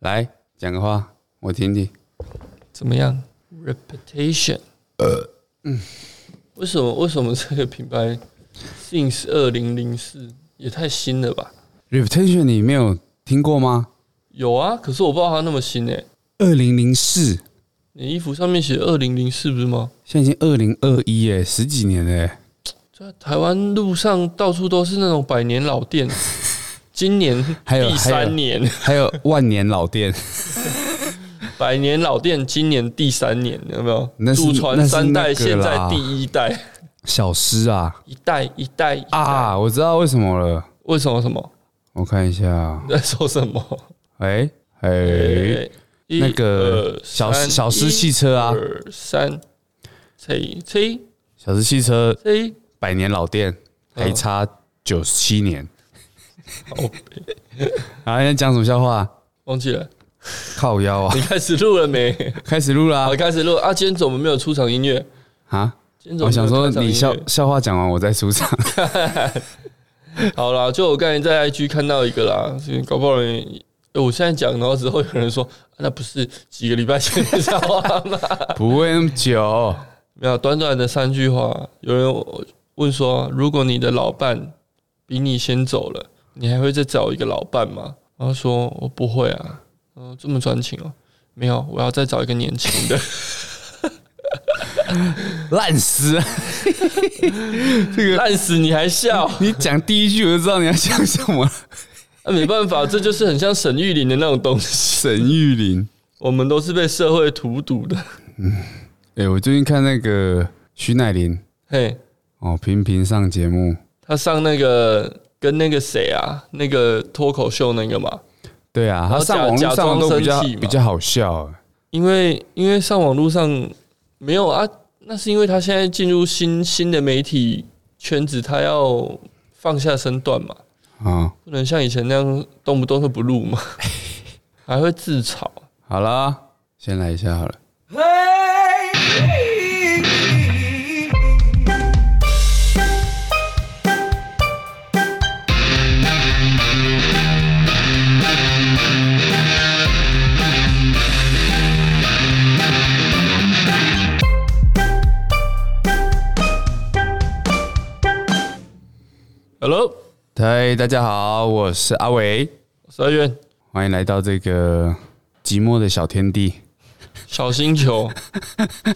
来讲个话，我听听。怎么样？Reputation，嗯，为什么为什么这个品牌 since 二零零四也太新了吧？ Reputation 你没有听过吗？有啊，可是我不知道它那么新诶、欸二零零四，你衣服上面写二零零四不是吗？现在已经二零二一耶，十几年了耶。在台湾路上到处都是那种百年老 店，今年还有第三年，还有万年老店，百年老店今年第三年，有没有？那是祖传那是三代，那个现在啦第一代， 小诗啊一代一代一代啊！我知道为什么了，为什么什么？我看一下，啊你在说什么？哎哎，一那个二小三小狮汽车啊一二三，C C 小狮汽车 C，百年老店还嗯哦差九十七年。好， 啊，你在讲什么笑话？忘记了，靠腰 啊！你开始录了没？开始录啦好，开始录啊！今天怎么没有出场音乐？啊！今天怎么我想没有说开场音你乐笑笑话讲完，我再出场。 好啦，就我刚才在 IG 看到一个啦，所以搞不好人，呃我现在讲，然后之后有人说、啊那不是几个礼拜前的笑话吗？不会那么久，没有，短短的三句话，有人问说，如果你的老伴比你先走了，你还会再找一个老伴吗？然后说我不会啊，嗯、这么专情哦、没有，我要再找一个年轻的。烂死！这个烂死你还笑？你讲第一句我就知道你要讲什么了。那、啊没办法，这就是很像沈玉琳的那种东西，沈玉琳， 我们都是被社会荼毒的。哎、我最近看那个徐乃麟嘿，哦，频频上节目，他上那个跟那个谁啊，那个脱口秀那个嘛，对啊，他后上假网络假上装都比较生气嘛比较好笑，啊因为因为上网络上没有啊，那是因为他现在进入新新的媒体圈子，他要放下身段嘛，啊、哦不能像以前那样动不动就不录 嘛，还会自嘲。好啦，先来一下好了。 Hello，嗨，大家好，我是阿伟，我是阿渊，欢迎来到这个寂寞的小天地、小星球，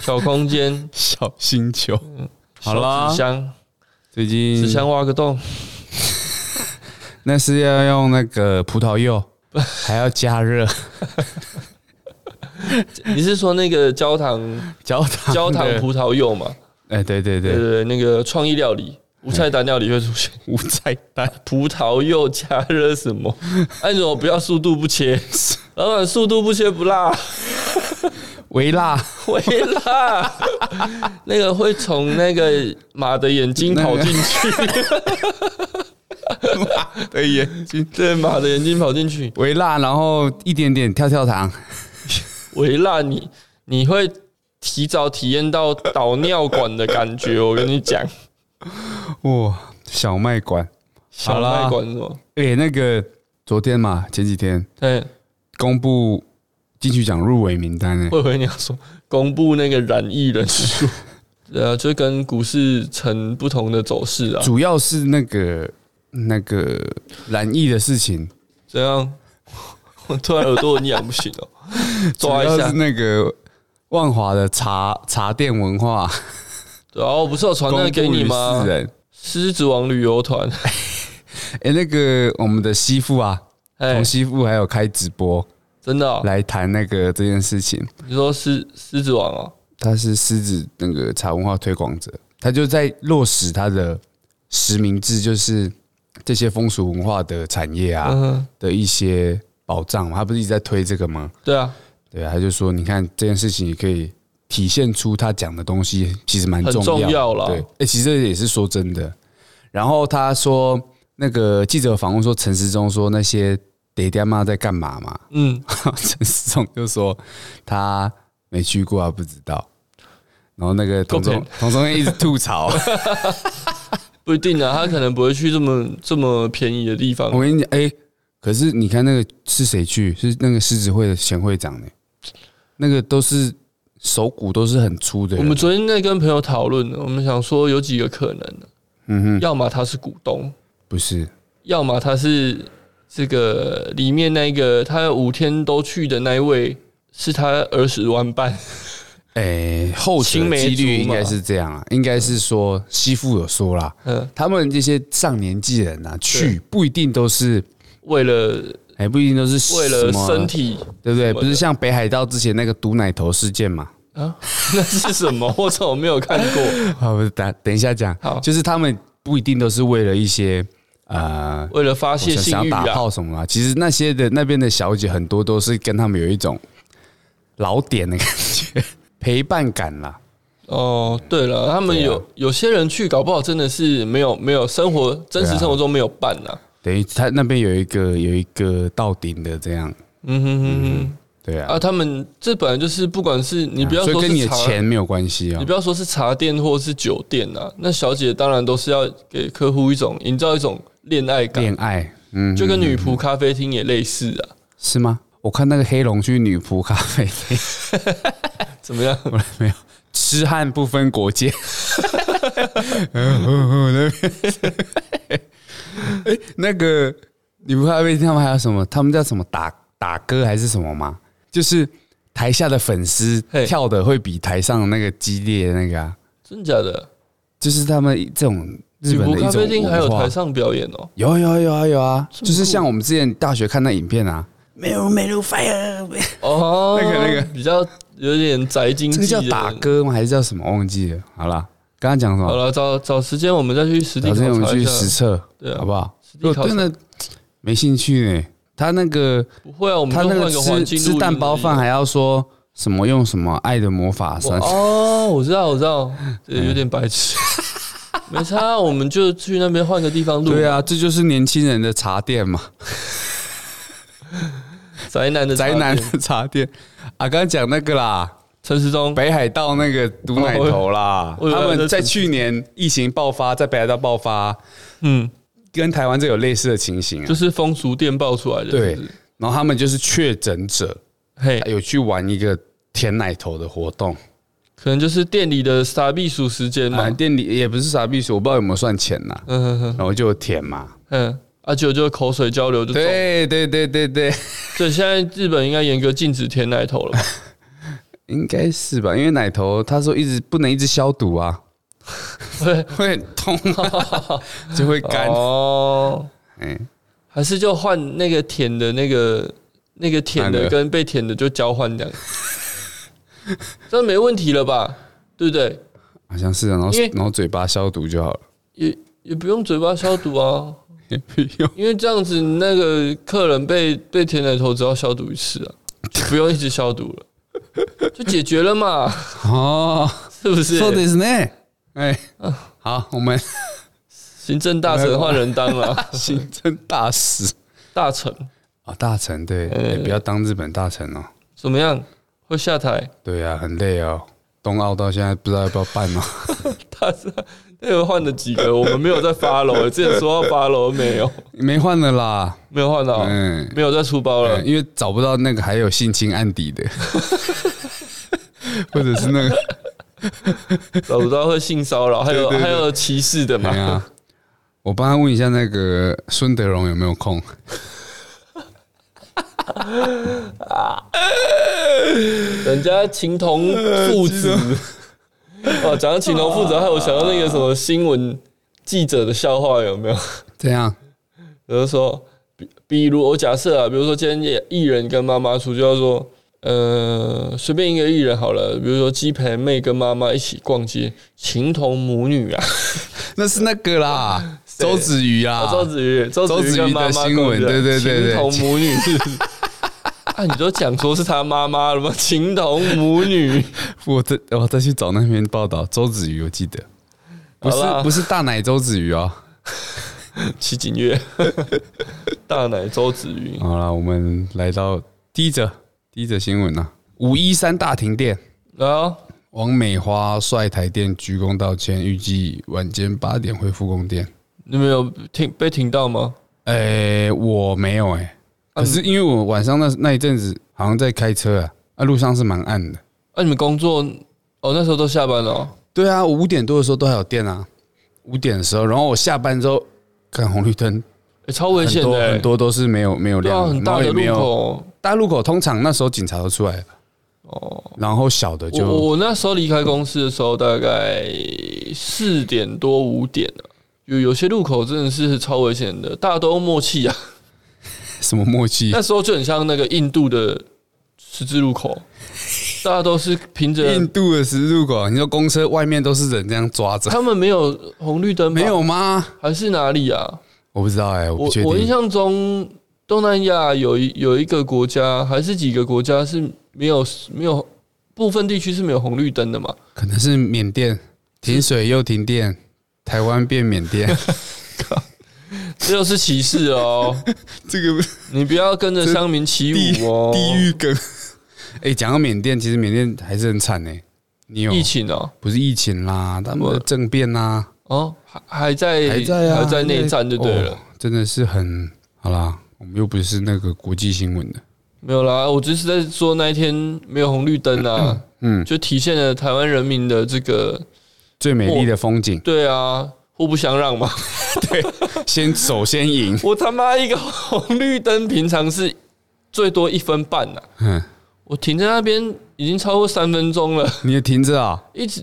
小空间，小星球。 好小啦纸，箱，最近纸箱挖个洞，那是要用那个葡萄 柚，还要加热你是说那个焦糖焦糖 焦糖的葡萄柚嘛？哎，对对对 对，对对，那个创意料理。无菜单料理会出现无菜单，葡萄柚加热什么？ 哎，你怎么不要速度不切？ 老板，速度不切不辣，微辣，会辣， 那个会从那个马的眼睛跑进去，对眼睛， 对，马的眼睛跑进去，微辣，然后一点点跳跳糖，微辣你，你会提早体验到导尿管的感觉。我跟你讲，哇，小麦馆，小啦麦管是吗？哎，那个昨天嘛，前几天对，公布金曲奖入围名单，哎，会不会你要说公布那个染疫 人数？对啊，就跟股市呈不同的走势啊。主要是那个那个染疫的事情，怎样？我突然耳朵很痒，不行哦， 抓一主要下是。那个万华的茶茶店文化，然后啊不是有传那个给你公吗布于世？人，狮子王旅游团，哎，那个我们的媳妇啊，哎洪，媳妇还有开直播真的哦，来谈那个这件事情。你说狮狮子王哦，他是狮子那个茶文化推广者，他就在落实他的实名制，就是这些风俗文化的产业啊、嗯哼，的一些保障嘛。他不是一直在推这个吗？对啊，对啊，他就说，你看这件事情也可以体现出他讲的东西其实蛮很重要的。重要啦对，哎、其实这也是说真的。然后他说，那个记者访问说，陈时中说那些爹爹妈在干嘛嘛？嗯， 陈世忠就说他没去过啊，不知道。然后那个够童骗中童中一直吐槽，啊不一定啊，他可能不会去这么这么便宜的地方 我，跟你讲，哎、可是你看那个是谁去？是那个狮子会的前会长呢、那个都是手骨都是很粗的人。我们昨天在跟朋友讨论，我们想说有几个可能，嗯哼，要么他是股东，不是要么他是这个里面那个他五天都去的那一位是他儿时玩伴， 诶、哎后者青梅几率竹应马该是这样啊，应该是说西父有说啦，嗯，他们这些上年纪人啊，去不一定都是，为了哎、不一定都是为了什么啊身，体对不对？什么的不是像北海道之前那个毒奶头事件嘛？啊， 那是什么？ 我怎么没有看过？好，不是等等一下讲好，就是他们不一定都是为了一些呃。为了发泄想性想欲打啊，炮什么啊？其实那些的那边的小姐很多都是跟他们有一种老点的感觉，陪伴感啦。 哦，对了，他们对啊有、有些人去，搞不好真的是没有没有生活，真实对啊生活中没有伴呐、等于他那边有一个有一个到顶的这样，嗯哼哼对哼，啊，啊，他们这本来就是，不管是你不要所以说跟你是的茶，钱没有关系你啊不。要说是茶店或是酒店啊，那小姐当然都是要给客户一种营造一种恋爱感，恋爱，嗯，就跟女仆咖啡厅也类似啊，是吗？我看那个黑龙去女仆咖啡厅，怎么样？痴汉不分国界。 哎那个女仆咖啡厅他们还有什么？他们叫什么打打歌还是什么吗？就是台下的粉丝嘿跳的会比台上的那个激烈的那个啊，真假的？就是他们这种日女本仆的一咖种啡厅还有文化台上表演哦，有有有啊有啊，么就是像我们之前大学看那影片啊，没有没有 fire，哦， 那个那个比较有点宅经这济个的，叫打歌吗？还是叫什么？忘记了。好了，刚刚讲什好么？了，找找时间我们再去实地早考天我们察一去下。实测，对好啊，不好？地我考察真的没兴趣呢、他那个不会啊，我们他就那换个个环吃境吃蛋包饭哦还要说什么用什么爱的魔法我三，哦，我知道，我知道，这有哎点白痴。 没差，啊我们就去那边换个地方 录。对，啊，这就是年轻人的茶店 嘛，宅男的宅茶男店的茶店啊。刚刚讲那个啦，陈时中，北海道那个毒奶头啦，哦我以为他我以为们在在澄去年疫情爆发，在北海道爆发，嗯，跟台湾这有类似的情形、啊就。是风俗店爆出来的，对是不是，然后他们就是确诊者，嘿，有去玩一个舔奶头的活动，可能就是店里的傻避暑时间嘛啊，。店里也不是傻逼鼠，我不知道有没有算钱呐、嗯哼哼，然后就有舔嘛。嗯，啊，就就口水交流就走。对对对对对， 对，现在日本应该严格禁止舔奶头了吧。应该是吧？因为奶头他说一直不能一直消毒 啊，对，会很痛、啊， 就会 干。哦，哎，还是就换那个舔的那个那个舔哪的个跟被舔的就交换这样， 这样没问题了吧？对不对？好像是啊，然后因为然后嘴巴消毒就好了，也也不用嘴巴消毒啊，也不用。因为这样子那个客人被被舔奶头只要消毒一次啊，就不用一直消毒了， 就解决了嘛， 哦，是不是？そうですね。哎，好，我们行政大臣换人当了，行政大使大臣 啊，大臣对，也不要当日本大臣哦。怎么样？会下台？对啊，很累哦。冬奥到现在不知道要不要办哦。 大臣那个换了几个？我们没有在发楼，之前说要发楼没 有？没换了啦，没有换到，嗯没有再出包了嗯，。因为找不到那个还有性侵案底的，或者是那个，找不到会性骚扰，还有对对对还有歧视的哎嘛？呀，我帮他问一下那个孙德荣有没有空。人家情同 父子。哦，讲到情同父子，还有想到那个什么新闻记者的笑话有没 有？这样，比如说，比比如我假设啊，比如说今天艺人跟妈妈出去，要说，呃，随便一个艺人好了，比如说鸡排妹跟妈妈一起逛街，情同母女啊。那是那个啦，周子瑜啊，哦 周子瑜，周周子子瑜瑜跟妈的妈新共闻的对对对对情同母女 是不是啊，你都讲说是他妈妈了吗？ 情同母女，我再我再去找那篇报道，周子瑜我记得，不是好啦不是大奶周子瑜哦。齐景月， 大奶周子瑜，好了，我们来到第一则第一则新闻啊，五一三大停电，啊，王美花率台电鞠躬道歉，预计晚间八点恢复供电。你们有听被听到吗？诶、呃我没有诶、啊可是因为我晚上那那一阵子好像在开车啊，啊，路上是蛮暗的。啊那、你们工作哦，那时候都下班了、哦，对啊，我五点多的时候都还有电啊，五点的时候，然后我下班之后看红绿灯，欸超危很险的、多欸，很多都是没有没有对亮啊，的，很然大后的也没路有口。大路口，通常那时候警察都出来了，哦，然后小的我我就我那时候离开公司的时候，大概四点多五点了、有有些路口真的是超危险的，大家都默契啊。 什么默契那，时候就很像那个印度的十字路口，大家都是凭着印度的十字路口，你说公车外面都是人这样抓着，他们没有红绿灯吧，没有吗？还是哪里啊？我不知道哎、我我不确我印定。象中东南亚有一有一个国家还是几个国家是没有没有部分地区是没有红绿灯的嘛？可能是缅甸停水又停电，台湾变缅甸，这就是歧视哦， 这个你不要跟着乡民起舞哦。地狱梗。哎、讲到缅甸，其实缅甸还是很惨哎、你有疫情哦，不是疫情啦，他们的政变啦，哦还还在还在啊，还在内战就对了哦，真的是很好啦。我们又不是那个国际新闻的，没有啦，我只是在说那一天没有红绿灯啊，嗯，就体现了台湾人民的这个最美丽的风景，对啊，互不相让嘛。先首先赢， 我他妈一个红绿灯，平常是最多一分半呐、嗯，我停在那边已经超过三分钟了，你也停着啊，一直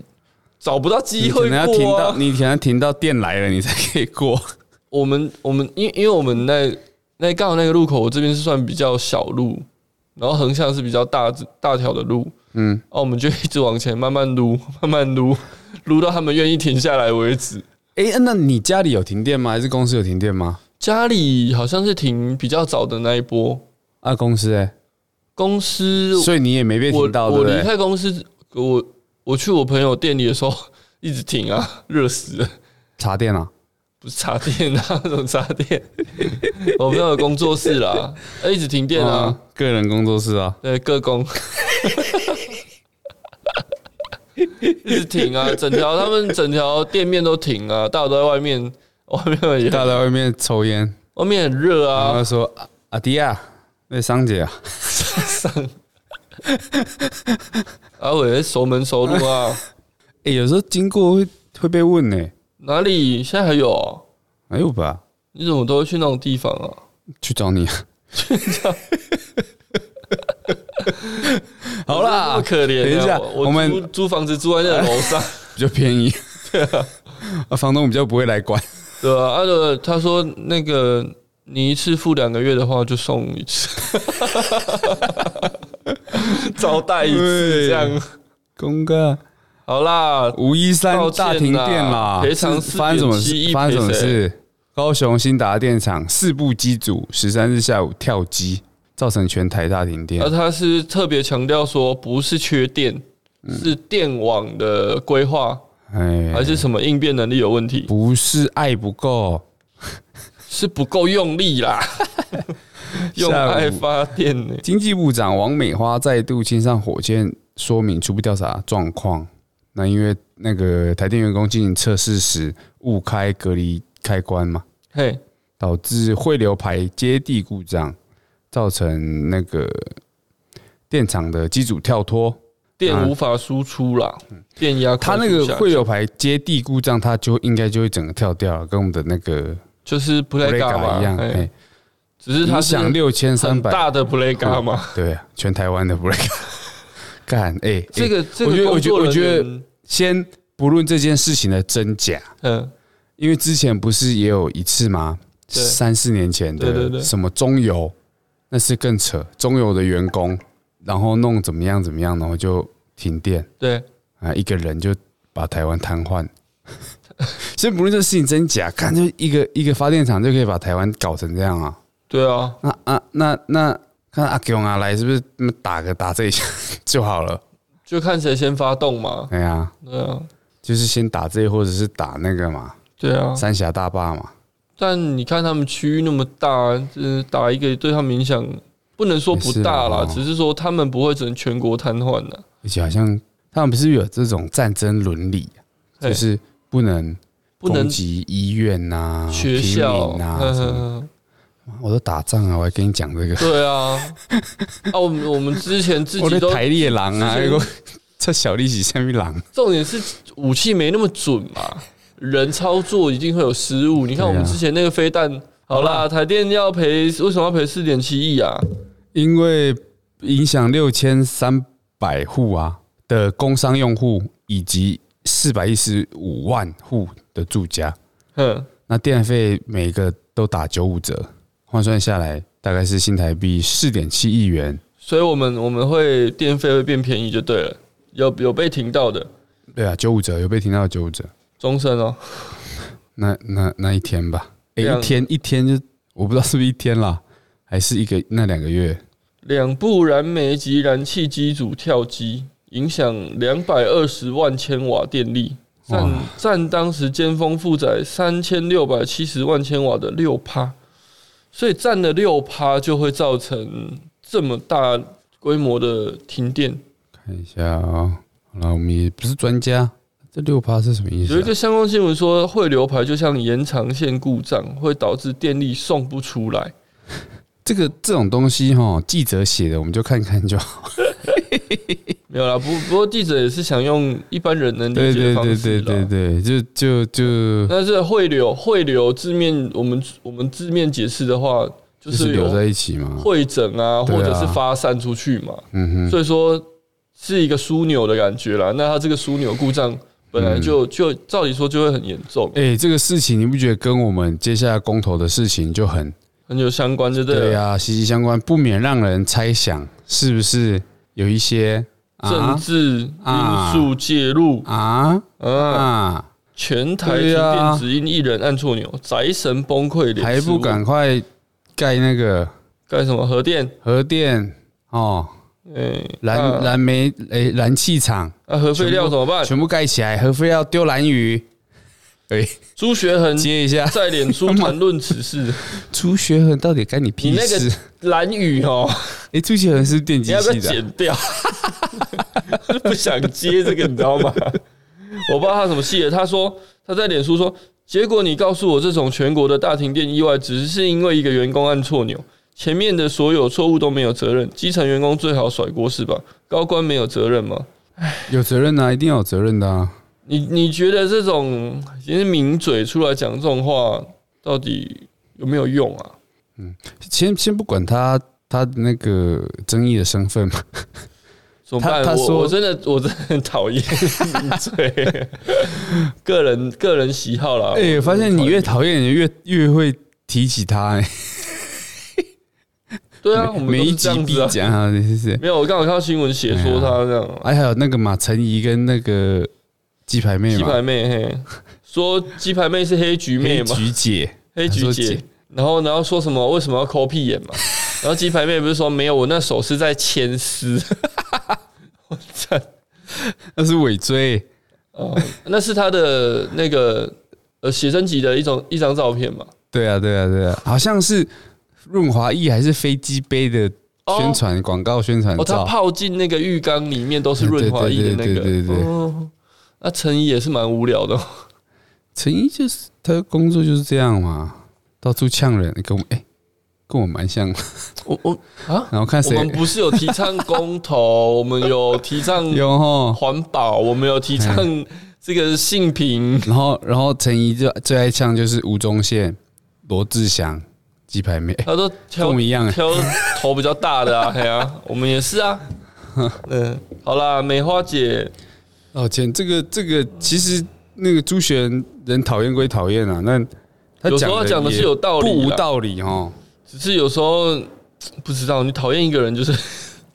找不到机你可会能要停过到啊。你可能要停到电来了，你才可以过。我们我们因因为我们那那刚好那个路口，我这边是算比较小路，然后横向是比较大大条的路，嗯，哦，我们就一直往前慢慢撸，慢慢撸，撸到他们愿意停下来为止。哎、那你家里有停电吗？还是公司有停电吗？家里好像是停比较早的那一波，啊，公司哎、公司所以你也没被我停到，对我不离对？开公司，我我去我朋友店里的时候一直停啊，热死了，插电啊，不是插电啊， 那种插电，我朋友的工作室啦，哎一直停电啊，嗯，个人工作室啊，对，各工。 一直停啊，整条他们整条店面都停啊，大家都在外面，外面也大家在外面抽烟，外面很热然啊，后说啊阿迪啊，那桑姐啊，阿伟啊熟门熟路 啊，哎、有时候经过会会被问呢、哪里现在还有哦、哎呦吧，你怎么都会去那种地方啊？去找你。 好那么啦，可怜啊。等一下我我们租租房子住在那楼 上，比较便 宜，啊，房东比较不会来管。对吧、啊？阿德他说那个你一次付两个月的话，就送一 次，招待一次这样。公哥，啊好啦，五一三道歉啦大停电啦，赔偿是发生什么4.7亿事？发生什么赔事？高雄新达电厂四部机组十三日下午跳机，造成全台大停电那。啊他是特别强调说，不是缺电，嗯是电网的规划哎，还是什么应变能力有问题，不是爱不够，是不够用 力啦，用下午爱发电呢、经济部长王美花再度亲上火箭，说明初步调查状况。那因为那个台电员工进行测试时误开隔离开关嘛，嘿，导致汇流排接地故障，造成那个电厂的机组跳脱。电嗯无法输出啦，电压它快嗯那速个下汇流排接地故障，它就应该就会整个跳掉了，跟我们的那个就是布 play 雷 ga 嘎嘛，一样，哎哎，只是它影是响六千三很百，大的 play ga 嘛。对啊，全台湾的布雷嘎。 干哎，哎这个这我觉个得工作我觉得人我员，先不论这件事情的真假，嗯，因为之前不是也有一次吗？对三四年前对对对的什么中油，那是更扯，中油的员工，然后弄怎么样怎么样，然后就停电对，啊，一个人就把台湾瘫痪。 先不论这事情真假，看就一个一个发电厂就可以把台湾搞成这样啊！对啊，那啊那那看阿勇啊来是不是嗯打个打这一下就好 了？就看谁先发动嘛。哎呀、对啊，就是先打这或者是打那个嘛，对啊。三峡大坝嘛。但你看他们区域那么大，就是打一个对他们影响，不能说不大啦，也是啊只是说他们不会整全国瘫痪啊的。而且好像他们不是有这种战争伦理啊，嘿就是不能不能攻击医院呐、学校嗯平民，啊呵什呵么，呵我都打仗啊，我还跟你讲这个，对啊，啊，我们我们之前自我己的都台列狼啊，之前我 这小力气下面狼，重点是武器没那么准嘛，人操作一定会有失误。你看我们对啊之前那个飞弹，好啦，台电要赔，为什么要赔四点七亿啊？因为影响六千三百户啊的工商用户以及四百一十五万户的住家，哼，那电费每个都打九五折，换算下来大概是新台币四点七亿元。所以我们我们会电费会变便宜就对了，有有被停到的，对啊，九五折有被听到九五折，终身哦，那那那一天吧，哎、两一天一天就我不知道是不是一天啦，还是一个那两个月，两部燃煤及燃气机组跳机，影响两百二十万千瓦电力，占哇占当时尖峰负载三千六百七十万千瓦的六趴，所以占了六趴就会造成这么大规模的停电。看一下哦。好了，我们也不是专家，这六趴是什么意思、有一啊？个相关新闻说，汇流排就像延长线故障，会导致电力送不出来。这个这种东西哈，记者写的我们就看看就好。没有啦，不不过记者也是想用一般人能 理对解对的方对式啦。对对对，就就就但是汇流汇流字面，我们我们字面解释的话，就就是是留有在一起嘛。汇整啊，对啊或者是发散出去嘛，嗯哼，所以说是一个枢纽的感觉啦。那它这个枢纽故障本来就嗯就照理说就会很严重，哎、这个事情你不觉得跟我们接下来公投的事情就很很有相关，对不对对？啊，息息相关，不免让人猜想是不是有一些政啊治因啊素介入，啊啊，啊，全台停对啊电只因一人按错钮，宅神崩溃，连还四五不赶快盖那个干什么核电？核电哦，哎，燃啊燃煤诶燃气厂啊，核废料怎么办？全部盖起来，核废料丢蓝哎鱼， 朱学恒接一下。在脸书谈论此事。朱学恒到底干你屁你那个事？蓝宇哦，诶，朱学恒是电你机要不要系的啊，剪掉？不想接这个，你知道吗？我不知道他什么戏了。他说他在脸书说，结果你告诉我，这种全国的大停电意外，只是因为一个员工按错钮，前面的所有错误都没有责任，基层员工最好甩锅是吧？高官没有责任吗？有责任啊，一定要有责任的啊。你你觉得这种其实名嘴出来讲这种话，到底有没有用啊？先先不管他他的那个争议的身份嘛，怎么办？他他我说我真的我真的很讨厌名嘴， 个人个人喜好啦。哎、我发现你越讨厌，你越越会提起他、哎对啊，我们每都一是集这样必子啊。讲啊，是是。没有，我刚好看到新闻写说他这样哎，还有那个嘛，陈怡跟那个鸡排妹鸡嘛，排妹，嘿，说鸡排妹是黑菊妹黑嘛，菊姐，黑菊她说姐姐。然后然后说什么为什么要抠屁眼嘛？然后鸡排妹不是说没有，我那手是在牵丝。 我操！那是尾椎，哦，那是他的那个呃写真集的一种一张照片嘛。对啊，对啊，对啊，好像是润滑液还是飞机杯的哦宣传广告宣传哦，他照，泡进那个浴缸里面都是润滑液的那个。对对对对对哦，那陈怡也是蛮无聊的 哦。陈怡就是他的工作就是这样嘛，到处呛人，跟我哎、跟我蛮像，我我 啊，然后看我们谁不是有提倡公投， 我们有提倡有吼，环保，我们有提倡哎这个性平。然后然后陈怡就最爱呛就是吴宗宪、罗志祥、鸡排 妹，哎他都跟挑我们一样哎、挑头比较大 的啊，嘿啊，我们也是啊。嗯，好啦，梅花姐，哦天，这个这个其实那个朱璇人人讨厌归讨厌啊，那他有时候讲的是有道道理不无啦，道理哦。只是有时候不知道你讨厌一个人就是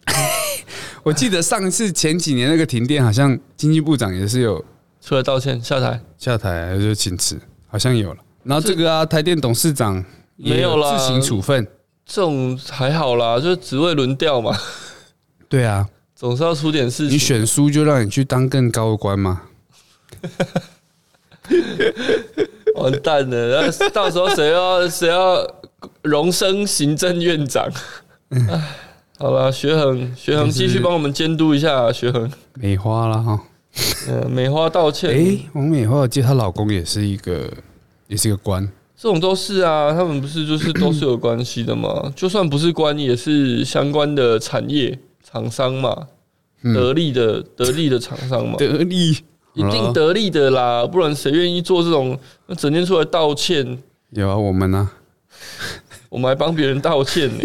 我记得上次前几年那个停电，好像经济部长也是有出来道歉下台。下台还是请辞，好像有了。然后这个啊，台电董事长也没有啦自行处分。这种还好啦，就是职位轮调嘛，对啊，总是要出点事你情。啊选输就让你去当更高的官嘛。完蛋了，那到时候谁要 谁要荣升行政院长？唉，好啦，学恒，学恒就是继续帮我们监督一下，学恒。美花啦哈，嗯，梅花道歉。诶，王美花，我记得她老公也是一个，也是一个官，这种都是啊，他们不是就是都是有关系的嘛。就算不是官，也是相关的产业厂商嘛，得利的得利的厂商 嘛，得利一定得利的啦，不然谁愿意做这种那整天出来道歉？有啊，我们呢、我们还帮别人道歉呢、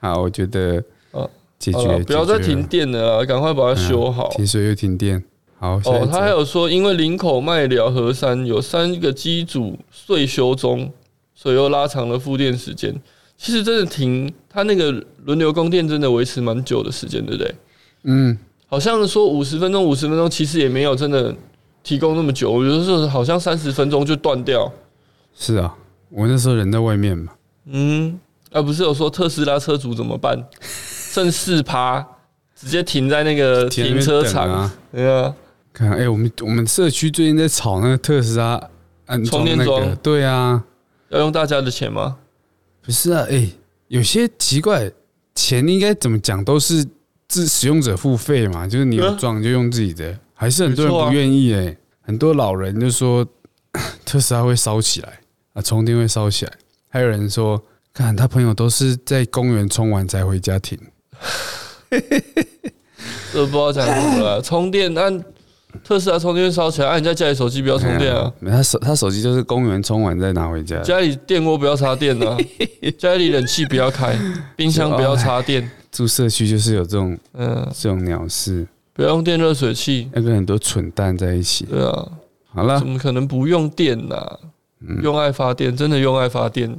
啊，好，我觉得哦解好了决，不要再解决停了嗯电了啊，赶快把它修好。停水又停电。好，下一哦，他还则有说，因为林口麦寮河山有三个机组岁修中，所以又拉长了复电时间。其实真的停，它那个轮流供电真的维持蛮久的时间，对不对？嗯，好像说五十分钟，五十分钟其实也没有真的提供那么久，有的时候好像三十分钟就断掉。是啊，我那时候人在外面嘛，嗯，啊，不是有说特斯拉车主怎么办？剩四趴，直接停在那个停在那停边车等场。啊。对啊，看，哎、我们我们社区最近在炒那个特斯拉安装充电那个桩，对啊，要用大家的钱吗？不是啊，哎、有些奇怪，钱应该怎么讲都是自使用者付费嘛，就是你有嗯装就用自己的，还是很多人没错啊不愿意哎、很多老人就说 特斯拉会烧起来啊，充电会烧起来，还有人说，看他朋友都是在公园充完才回家停，这不知道讲什么了。充电按特斯拉充电烧起啊来，按、你在家里手机不要充电啊，哎没有，他手他手机就是公园充完再拿回家，家里电锅不要插电啊，家里冷气不要开，冰箱不要插电，住社区就是啊有这种嗯，这种鸟事，不要用电热水器，要跟很多蠢蛋在一起。对啊，好了怎，么可能不用电呐、啊用爱发电，真的用爱发电，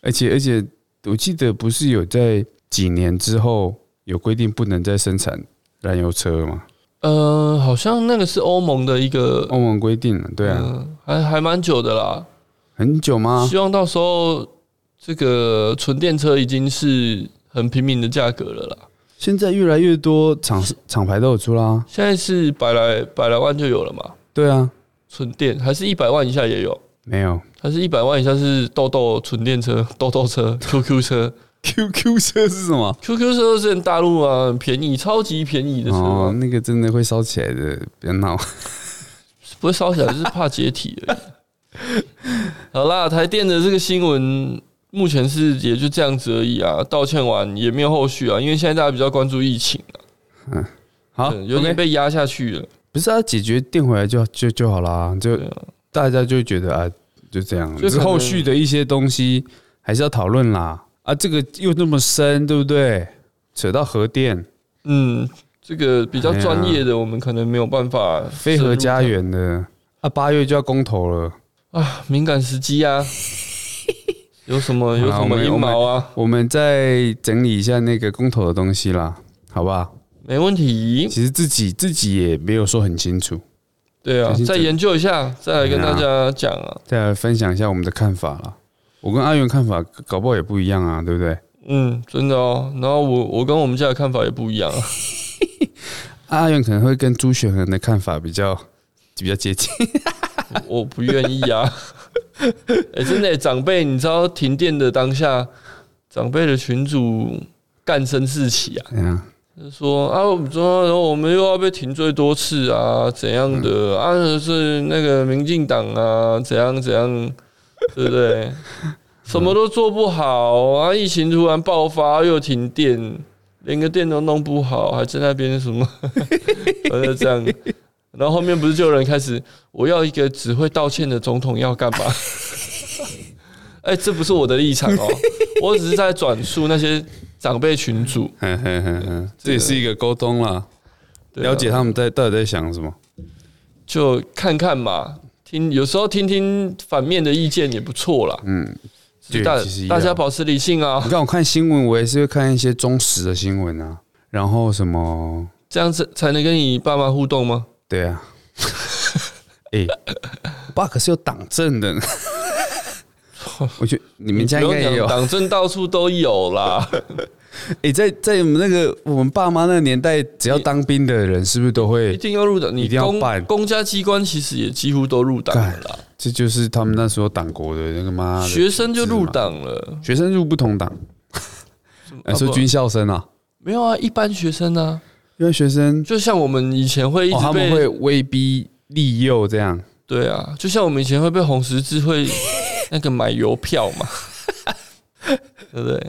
而且而且，我记得不是有在几年之后有规定不能再生产燃油车吗？呃，好像那个是欧盟的一个，欧盟规定了，对啊，嗯，还还蛮久的啦，很久吗？希望到时候这个纯电车已经是很平民的价格了啦。现在越来越多厂厂牌都有出啦，现在是百来百来万就有了嘛，对啊，纯电，还是一百万以下也有，没有还是一百万以下是豆豆纯电车、豆豆 车、QQ 车、 QQ 车是什么？ QQ 车是大陆啊，很便宜，超级便宜的车啊、哦，那个真的会烧起来的，别闹。不会烧起来，就是怕解体而已。 好啦，台电的这个新闻目前是也就这样子而已啊，道歉完也没有后续啊，因为现在大家比较关注疫情啊，好嗯有点，OK，被压下去了。不是啊，解决电回来就就就好啦，就对啊大家就会觉得啊，就这样。所以可这能后续的一些东西还是要讨论啦。啊，这个又那么深，对不对？扯到核电、嗯，这个比较哎呀专业的，我们可能没有办法非核家园的，啊，八月就要公投了。啊，敏感时机 啊，有什么有好啦什我么们阴谋啊？我们再整理一下那个公投的东西啦，好不好？没问题。其实自己自己也没有说很清楚，对啊小，心再整研究一下，再来跟大家讲啊。再来分享一下我们的看法啦。我跟阿元看法搞不好也不一样啊，对不对？嗯，真的哦。然后我我跟我们家的看法也不一样啊。 阿元可能会跟朱雪恒的看法比较比较接近。我我不愿意啊。 哎、真的、长辈，你知道停电的当下，长辈的群主干声四起啊，哎呀，就说啊，我们说然后我们又要被停最多次啊，怎样的、啊？是那个民进党啊，怎样 怎样，对不对？什么都做不好啊！疫情突然爆发，又停电，连个电都弄不好，还在那边什么， 反正这样。然后后面不是就有人开始，我要一个只会道歉的总统要干嘛？ 哎、这不是我的立场哦，我只是在转述那些长辈群主，哼哼哼哼，这这也也是是一个沟通啦，对啊了解他们在到底在想什么。就看看嘛，听有时候听听反面的意见也不错啦。嗯，对大其实要大家保持理性啊你，看我看新闻，我也是会看一些忠实的新闻啊，然后什么，这样子才能跟你爸妈互动吗？对啊， 哎、我爸可是有党证的，我觉得你们家应该也不有用讲。党政到处都有啦。哎、在在我们那个我们爸妈那个年代，只要当兵的人，是不是都一会？定要入党，你一定要公办公家机关其实也几乎都入党了啦，这就是他们那时候党国的那个妈的学生就入体制党了嘛，，学生入不同党，啊哎、说不军校生啊，没有啊，一般学生啊，因为学生就像我们以前会一哦，直他们被会威逼利诱这样，对啊，就像我们以前会被红十字会那个买邮票嘛，对不对？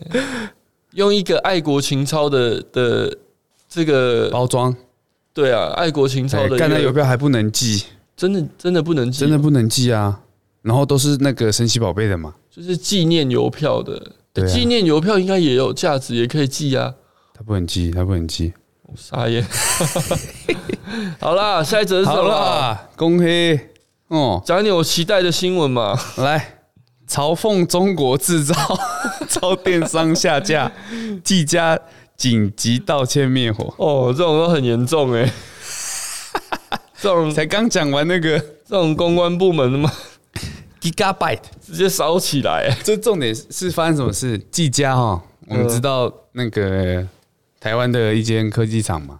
用一个爱国情操的的这个，包装，对啊，爱国情操哎的一个，干那邮票还不能寄，真的真的不能寄真的不能寄啊。然后都是那个神奇宝贝的嘛，就是纪念邮票的，对啊纪念邮票应该也有价值，也可以寄啊。他不能寄，他不能寄。我 傻眼。好啦，下一则是什好么？啦，恭喜哦，讲一点我期待的新闻嘛。来嘲讽中国制造 遭电商下架， 技嘉紧急道歉灭火。哦，这种都很严 重哎、这种才刚讲完那个这种公关部门的嘛， Gigabyte，直接烧起来、欸。这重点是发生什么事？技嘉哈，我们嗯知道那个台湾的一间科技厂嘛，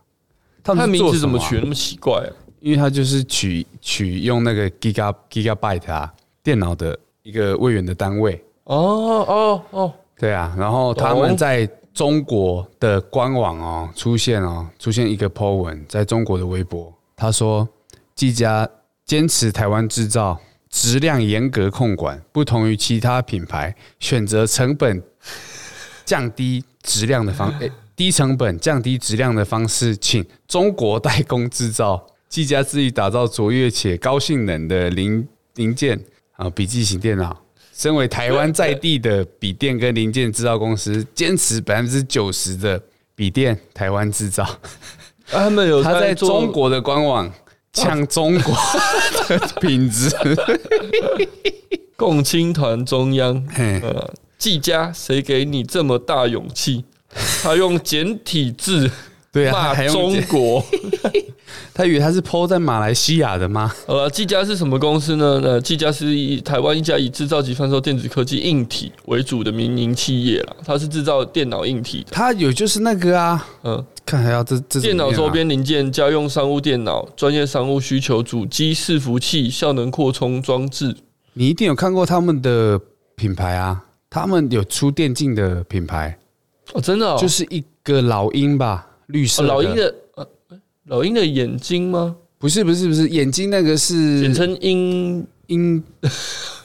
他们他是名做字怎么什啊取得那么奇怪、啊？因为它就是取取用那个 giga gigabyte 啊，电脑的一个位元的单位，哦哦哦，对啊，然后他们在中国的官网哦出现哦出现一个 po 文，在中国的微博，他说技嘉坚持台湾制造，质量严格控管，不同于其他品牌，选择成本降低质量的方，诶低成本降低质量的方式，请中国代工制造。技嘉致力打造卓越且高性能的零零件啊，笔记型电脑。身为台湾在地的笔电跟零件制造公司，坚持百分之九十的笔电台湾制造。啊他们有他在做中国的官网抢中国的品质， 共青团中央，嘿呃，季家，谁给你这么大勇气？他用简体 字对啊，骂还用中国。 他以为他是 PO 在马来西亚的吗？好了，技嘉是什么公司呢？呃，技嘉是以台湾一家以制造及贩售电子科技硬体为主的民营企业啦，它是制造电脑硬体的。他有就是那个啊，嗯，看还要这这怎电么脑念啊周边零件、家用商务电脑、专业商务需求主机、伺服器、效能扩充装置。你一定有看过他们的品牌啊，他们有出电竞的品牌，哦，真的、哦，就是一个老鹰吧，绿色哦、老鹰的，的呃，老鹰的眼睛吗？不是不是不是，眼睛那个简是称鹰鹰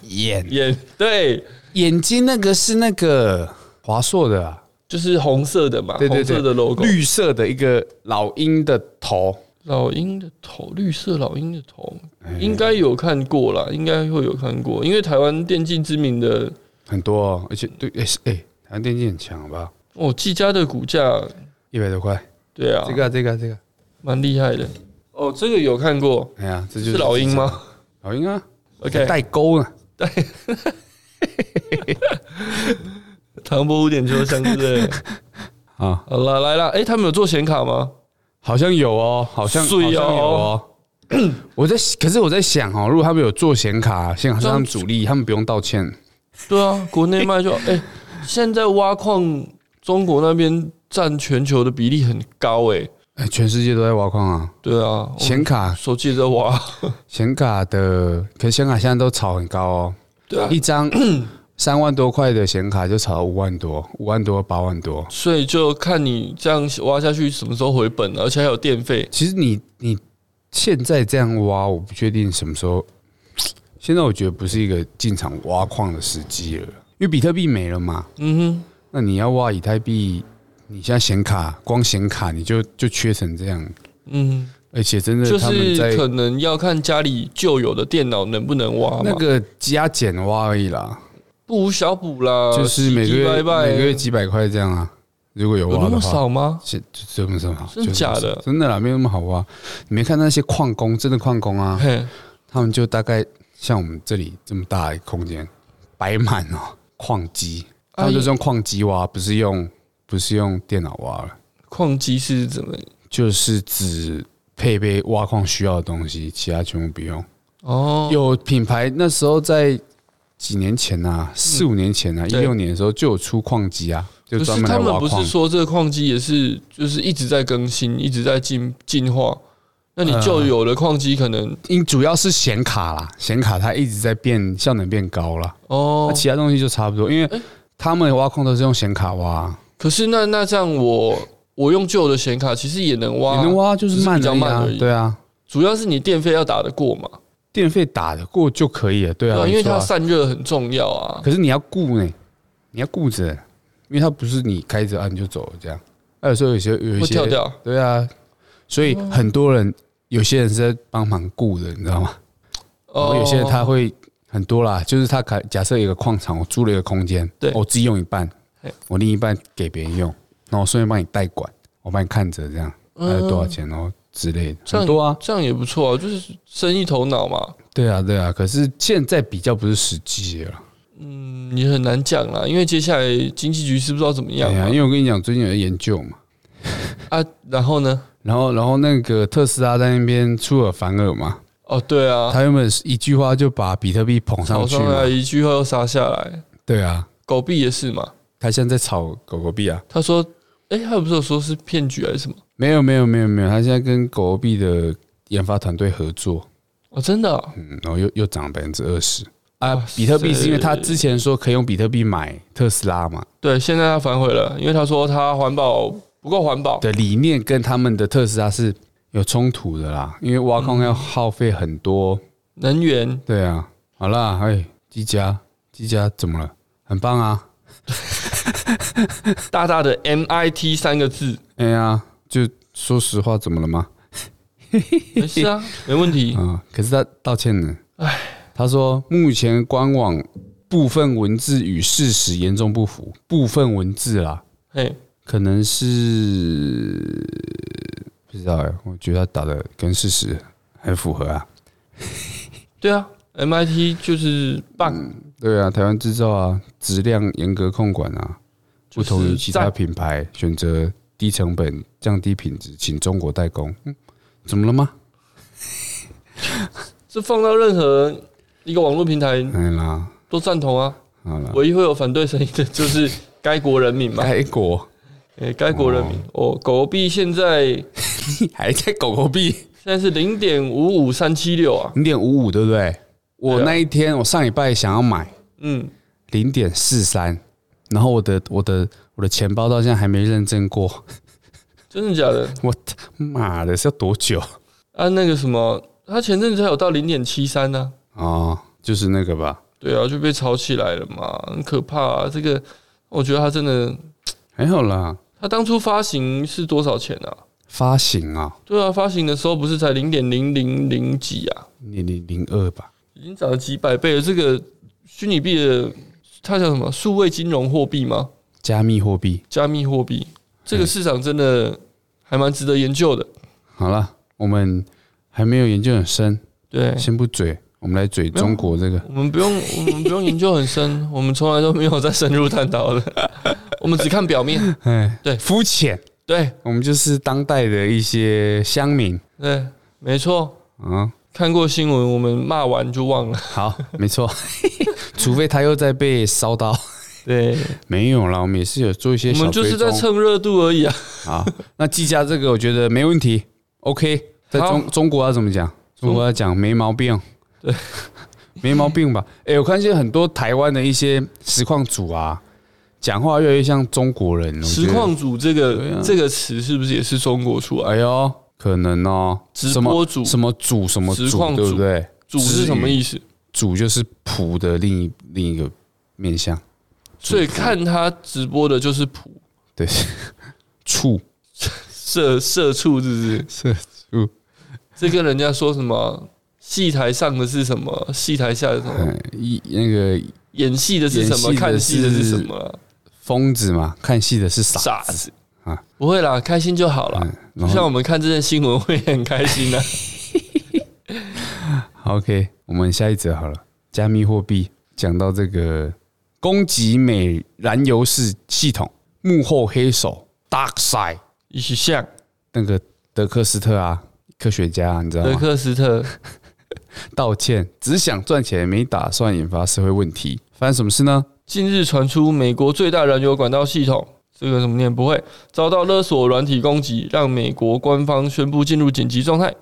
眼 眼，对，眼睛那个是那个华硕的啊，就是红色的嘛，对对对啊红色的 logo。绿色的一个老鹰的头，老鹰的头，绿色老鹰的头，应该有看过啦，应该会有看过，因为台湾电竞知名的很多、哦，而且对，哎、是哎，台湾电竞很强，好不好？哦，技嘉的股价，一百多块，对啊，这个啊、这个啊、这个啊，蛮厉害的。哦，这个有看过，哎呀，这就是老鹰？吗老鹰啊？OK，代沟啊，唐伯虎点秋香，对不对？ 啊，好了，来了，哎，他们有做显卡吗？好像有哦，好像好水像哦有哦。我在，可是我在想哦，如果他们有做显卡，显卡是他们主力，他们不用道歉。对啊，国内卖就 哎，现在挖矿，中国那边占全球的比例很高，哎，哎，全世界都在挖矿啊，对啊，显卡，手机也在挖，显卡的，可是显卡现在都炒很高哦，对 啊，一张三万多块的显卡就炒到五万多，五万多八万多。所以就看你这样挖下去什么时候回本，而且还有电费。其实你你现在这样挖，我不确定什么时候。现在我觉得不是一个进场挖矿的时机了，因为比特币没了嘛。嗯那你要挖以太币，你现在显卡光显卡你就就缺成这样，哼，嗯，而且真的就他们是在可能要看家里旧有的电脑能不能挖嘛，那个加减挖而已啦，不无小补啦。就是每个月拜拜每个月几百块这样啊。如果有有挖那的么话，少吗？是就这么这么好，就真的这么假的少真的啦，没有那么好挖。你没看那些矿工，真的矿工啊，嘿，他们就大概像我们这里这么大的空间，摆满哦矿机，哎他们就是用矿机挖，不是用不是用电脑挖了，矿机是怎么？就是只配备挖矿需要的东西，其他全部不用。哦，有品牌那时候在几年前啊，四五年前啊，一嗯对六年的时候就有出矿机啊，就可专是门来他们挖不是矿。说这个矿机也是就是一直在更新，一直在进进化。那嗯你旧有的矿机可能因主要是显卡啦，显卡它一直在变效能变高啦，那哦，其他东西就差不多，因为他们挖矿都是用显卡挖啊。可是那那这样我我用旧的显卡其实也能挖，你能挖就是慢只是比而较已啊慢而已对啊，主要是你电费要打得过嘛。电费打得过就可以了，对啊，因为你说它啊散热很重要啊。可是你要顾呢，你要顾着，因为它不是你开着啊你就走了这样，那有时候有些有一会些跳掉，对啊，所以很多人有些人是在帮忙雇的，你知道吗？哦然后有些人他会很多啦，就是他假假设有一个矿场，我租了一个空间，哦对我自己用一半嘿，我另一半给别人用，然后我顺便帮你代管，我帮你看着这样，还有多少钱，然后之类的，嗯这很样多啊，这样也不错啊，就是生意头脑嘛。对啊，对啊。可是现在比较不是实际了，嗯，也很难讲啦，因为接下来经济局是不知道怎么对样啊，嘛因为我跟你讲，最近有在研究嘛，啊。然后呢？然后然后那个特斯拉在那边出尔反尔嘛，哦，对啊，他原本是一句话就把比特币捧上炒去上来嘛，一句话又杀下来，对啊，狗币也是嘛。他现在在炒狗狗币啊。他说，哎、他不是有说是骗局还是什么？没有没有没有没有，他现在跟狗狗币的研发团队合作，哦，真的、啊，嗯，然后又又涨了百分之二十啊哇！比特币是因为他塞之前说可以用比特币买特斯拉嘛对，现在他反悔了，因为他说他环保不够环保。的理念跟他们的特斯拉是有冲突的啦，因为挖矿要耗费很多。能源对啊，好啦，哎，技嘉，技嘉怎么了？很棒啊！大大的 MIT 三个字， 哎呀，就说实话，怎么了吗？没事啊，没问题。啊、可是他道歉呢。他说目前官网部分文字与事实严重不符，部分文字啦，嘿，可能是不知道哎，我觉得他打的跟事实很符合啊。对啊，MIT 嗯就是棒，对啊，台湾制造啊，质量严格控管啊，就不是同于其他赞品牌选择低成本、降低品质，请中国代工。嗯，怎么了吗？这放到任何一个网络平台哎啦，都赞同啊。好了，唯一会有反对声音的就是该国人民嘛，嗯该国诶，该国人民哦，狗币现在现还在狗狗币。在是零点五五三七六啊，零点五五，对不对？我对啊那一天，我上礼拜想要买嗯，零点四三，然后我的我的我的钱包到现在还没认证过， 真的假的？我他妈的是要多久啊，那个什么，他前阵子还有到零点七三呢，哦，就是那个吧，对啊，就被炒起来了嘛，很可怕啊。这个我觉得他真的，还好啦，他当初发行是多少钱啊？发行啊，对啊，发行的时候不是才零点零零零几啊，零零零二吧，已经涨了几百倍了。这个虚拟币的，它叫什么？数位金融货币吗？加密货币。加密货币这个市场真的还蛮值得研究的。好了，我们还没有研究很深，对，先不嘴，我们来嘴没有中国这个。我们不用，我们不用研究很深，我们从来都没有再深入探讨的， 我们只看表面。哎，对肤浅，对我们就是当代的一些乡民对，没错。啊。看过新闻，我们骂完就忘了。好，没 错，除非他又在被烧到。对，没有啦，我们也是有做一些我小们就追是踪在蹭热度而已啊。啊。那技嘉这个我觉得没问题，OK。在中中国要怎么讲？中国要讲没毛病，对， 没毛病吧？哎、我看现在很多台湾的一些实况组啊，讲话越来越像中国人。我觉实得，况组这对个、啊这个词是不是也是中国出来？哎呦，可能哦，直什么播组什么组什么实组，况组对不对？组是什么思？意思？组就是仆的另一另一个面向，所以看他直播的就是普对，畜社社畜，是不是？是畜，这跟人家说什么戏台上的是什么，戏台下的什么，嗯，一那个演戏的是什么，演戏的看戏的是什么啊，疯子嘛，看戏的是傻傻子啊不会啦，开心就好啦。嗯然就后像我们看这些新闻会很开 心啊。好 OK，我们下一则好了，加密货币讲到这个攻击美燃油式系统幕后黑手 Dark Side 一起啊像那个德克斯特啊，科学家啊、你知道德吗？克斯特，道歉，只想赚钱，没打算引发社会问题。发生什么事呢？近日传出美国最大燃油管道系统。这个怎么念不会遭到勒索软体攻击，让美国官方宣布进入紧急状态。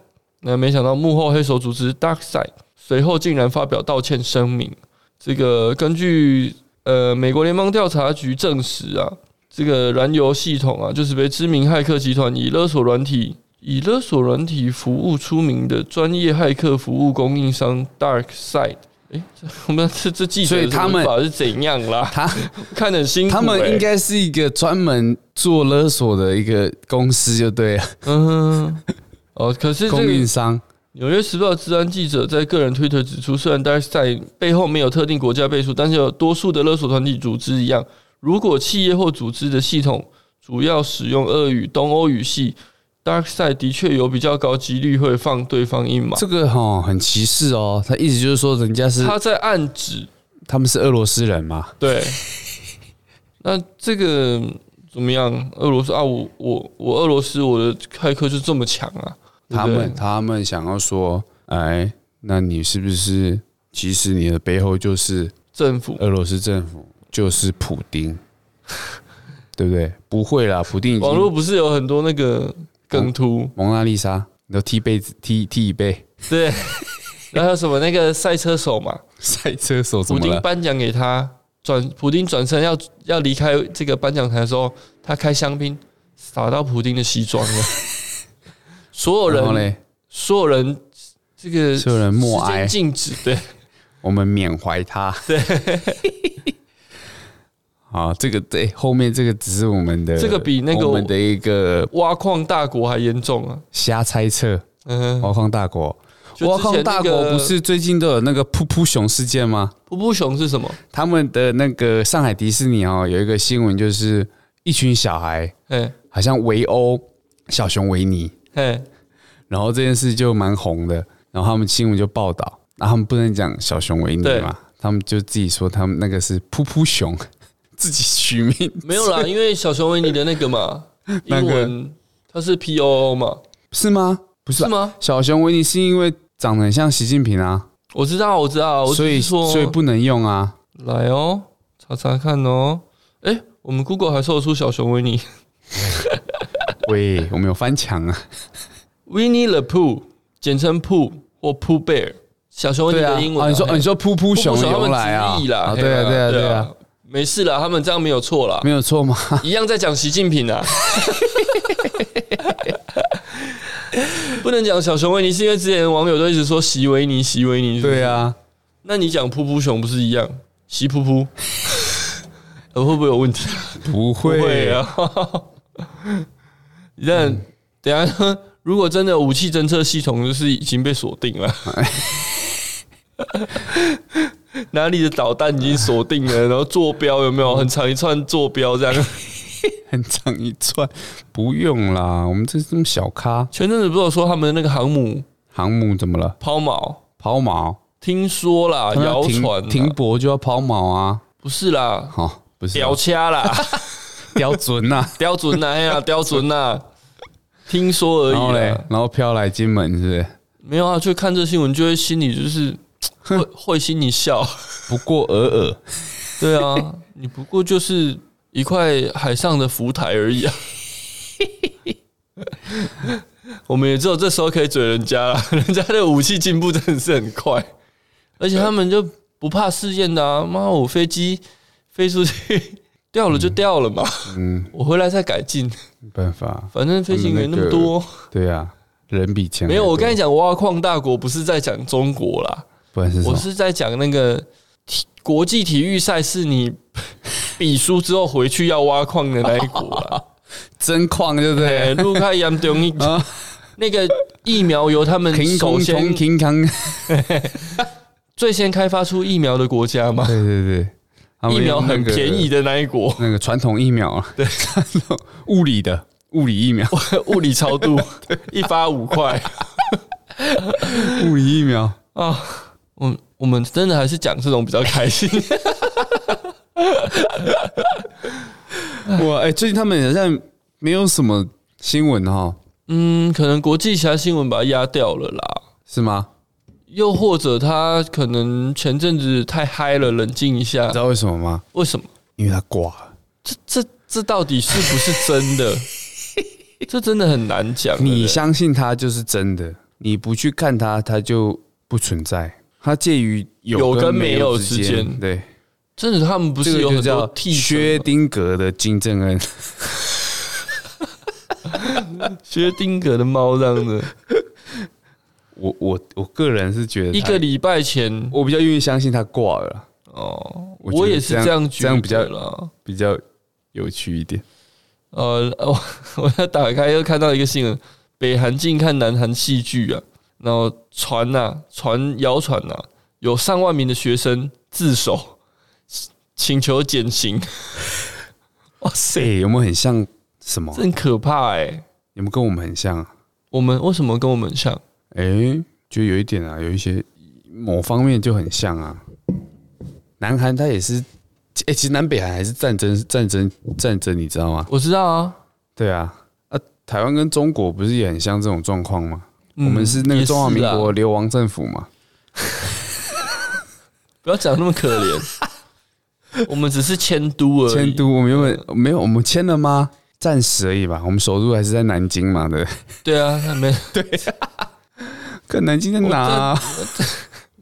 那没想到幕后黑手组织 DarkSide 随后竟然发表道歉声明。这个根据呃美国联邦调查局证实啊，这个燃油系统啊，就是被知名骇客集团以勒索软体以勒索软体服务出名的专业骇客服务供应商 Dark Side。哎，这我们这这记者所以的他们文法是怎样啦？他 看得很辛苦、欸他们诶应该是一个专门做勒索的一个公司，就对了，嗯哼哦，可 是这供应个《商。纽约时报》治安记者在个人推特指出，虽然 Dark Side 背后没有特定国家背书，但是有多数的勒索团体组织一样，如果企业或组织的系统主要使用俄语、东欧语系，Dark Side 的确有比较高几率会放对方一马。这个哈、很歧视哦，他意思就是说人家是他在暗指他们是俄罗斯人嘛，对，那这个怎么样？俄罗斯啊，我我我俄罗斯我的骇客就这么强啊？对他不对们他们想要说，哎，那你是不是其实你的背后就是政府俄罗斯政府，就是普丁， 对不对？不会啦，普丁已网络经不是有很多那个梗图，蒙娜丽莎，你都踢被子踢踢一背，对，然后还有什么那个赛车手嘛， 赛车手怎普么丁了？颁奖给他，转普丁转身要要离开这个颁奖台的时候，他开香槟洒到普丁的西装 了，所有然后人嘞，所有人这个所有人默哀时间静止，对，我们缅怀 他。对， 好，这个对后面这个只是我们的这个比那个我们的一个挖矿大国还严重啊，瞎猜测，嗯，挖矿大国。就挖之矿前大那国个不是最近都有那个噗噗熊事件吗？噗噗熊是什么？他们的那个上海迪士尼哦，有一个新闻，就是一群小孩哎好像围殴小熊维尼，哎，然后这件事就蛮红的，然后他们新闻就报道，然后他们不能讲小熊维尼对嘛，他们就自己说他们那个是噗噗熊，自己取名没 有啦，因为小熊维尼的那个嘛，那英个文它是 P O O 嘛，是吗？不是啊是吧？吗？小熊维尼是因为长得很像习近平啊，我知道，我知道，我只所以哦是说，所以不能用啊。来哦，查查看哦。哎、我们 Google 还搜得出小熊 维尼喂，我们有翻墙啊。 （Winnie the Pooh），简称 Pooh 或 Pooh Bear。小熊维尼对的啊，英文、啊你说嘿你说噗噗不熊不的他由们来啊直译啦，啊嘿对啊，对啊，对啊啊，，没事啦，他们这样没有错啦，没有错 嘛。一样在讲习近 平啊。不能讲小熊维尼，是因为之前网友都一直说席维尼，席维尼。对，啊，那你讲噗噗熊不是一样？席 噗噗，呃会不会有问题？不不啊会会啊！ 嗯但、等一下，如果真的武器侦测系统就是已经被锁定了， 哪里的导弹已经锁定了，然后坐标有没有很长一串坐标这样？很长一串，不用啦。我们这这么小咖， 前阵子不是有说他们的那个航母航母怎么了？抛锚，抛锚，听说啦，他们要啊谣停传啦停泊就要抛锚啊。不是啦，好、不是啊屌掐啦， 标准啊呐、刁准呐，哎呀，刁准呐，听说而然后已嘞啦。，然后飘来金门是不是？没有啊，就看这新闻就会心里就是 会会心一笑。不过尔尔，对啊，你不过就是一块海上的浮台 而已啊。我们也只有这时候可以嘴人家了，人家的武器进步真的是很快，而且他们就不怕试验的啊！妈，我飞机飞出去掉了就掉了嘛，嗯，我回来再改进，没办法，反正飞行员那么多。对啊，人比钱还没有，我多跟你讲，挖矿大国不是在讲中国啦，不然是什我么？是在讲那个体国际体育赛事，你 比输之后回去要挖矿的那一国 啦。真矿对不对？哎，卢卡扬中一哦 啊那个疫苗由他们停首空先空停康，最先开发出疫苗的国家嘛， 对对对，他们疫苗用那很个便宜的那一国，那个传统疫苗啊，对， 哦物理的物理疫苗， 物理 超度一发五块物理疫苗，啊。我我们真的还是讲这种比较开心。 哇，哎、最近他们好像没有什么新闻哈，嗯，可能国际其他新闻把它压掉了啦。是吗？又或者他可能前阵子太嗨了，冷静一下你知。道为什么吗？为什么？因为他挂了。这这到底是不是 真的？这真的很难讲。你对相信他就是真的，你不去看他，他就不存在。他介于有有跟跟没没有有之之间间，对，不对真的他们不这是个有就很多叫替身吗薛丁格的金正恩，薛定谔的猫这样子。我我我个人是觉得一他个，礼拜前我比较愿意相信他挂了啦，哦，我觉得我也是这样这样觉这样比较得啦。比较有趣一点。呃， 我我要打开又看到一个新闻，北韩近看南韩戏剧啊，然后传呐、传谣传呐、有上万名的学生自首，请求减刑，哦哇哎、塞，有没有很像什么这？很可怕哎、有没有跟我们很像、啊？我们为什么跟我们很像？哎、觉得有一点啊，有一些某方面就很像啊。南韩它也是，哎、其实南北韩还是战争战争战争，你知道吗？我知道啊，对啊，啊，台湾跟中国不是也很像这种状况吗？嗯我们是那个中华民也是国啊流亡政府嘛。不要讲那么可 怜，我们只是迁都而已。迁都，我们原本没有，我们迁了吗？暂时而已吧，我们首都还是在南京嘛对， 对啊，那没跟南京在哪啊、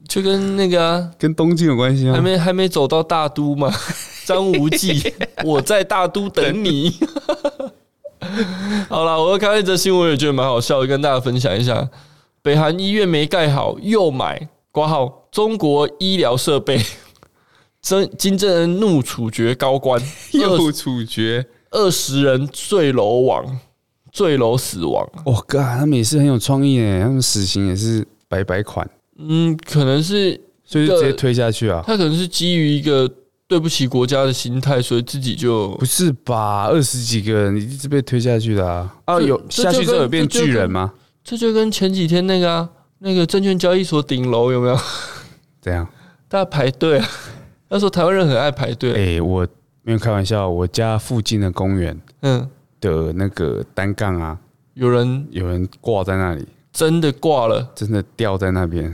就跟那个啊、跟东京有关系还啊？没还没走到大都嘛，张无忌，我在大都等你。 好啦，我又看到一则新闻，我也觉得蛮好笑的，跟大家分享一下。北韩医院没盖好，又买挂号中国医疗设备， 真金正恩怒处决高官， 又处决，二十人坠楼亡，坠楼死亡。我靠，他们也是很有创意诶，他们死刑也是白白款，嗯，可能是所以就直接推下去啊？他可能是基于一个对不起国家的心态，所以自己就不是吧？二十几个人一直被推下去的啊！啊，这有这下去之就后跟有变这就巨跟人吗？这就跟前几天那个啊，那个证券交易所顶楼有没 有？怎样？大家排队啊， 那时候台湾人很爱排队。啊哎、我没有开玩笑，我家附近的公园嗯，的那个单杠啊，有人有人挂在那里，真的挂了，真的吊在那边。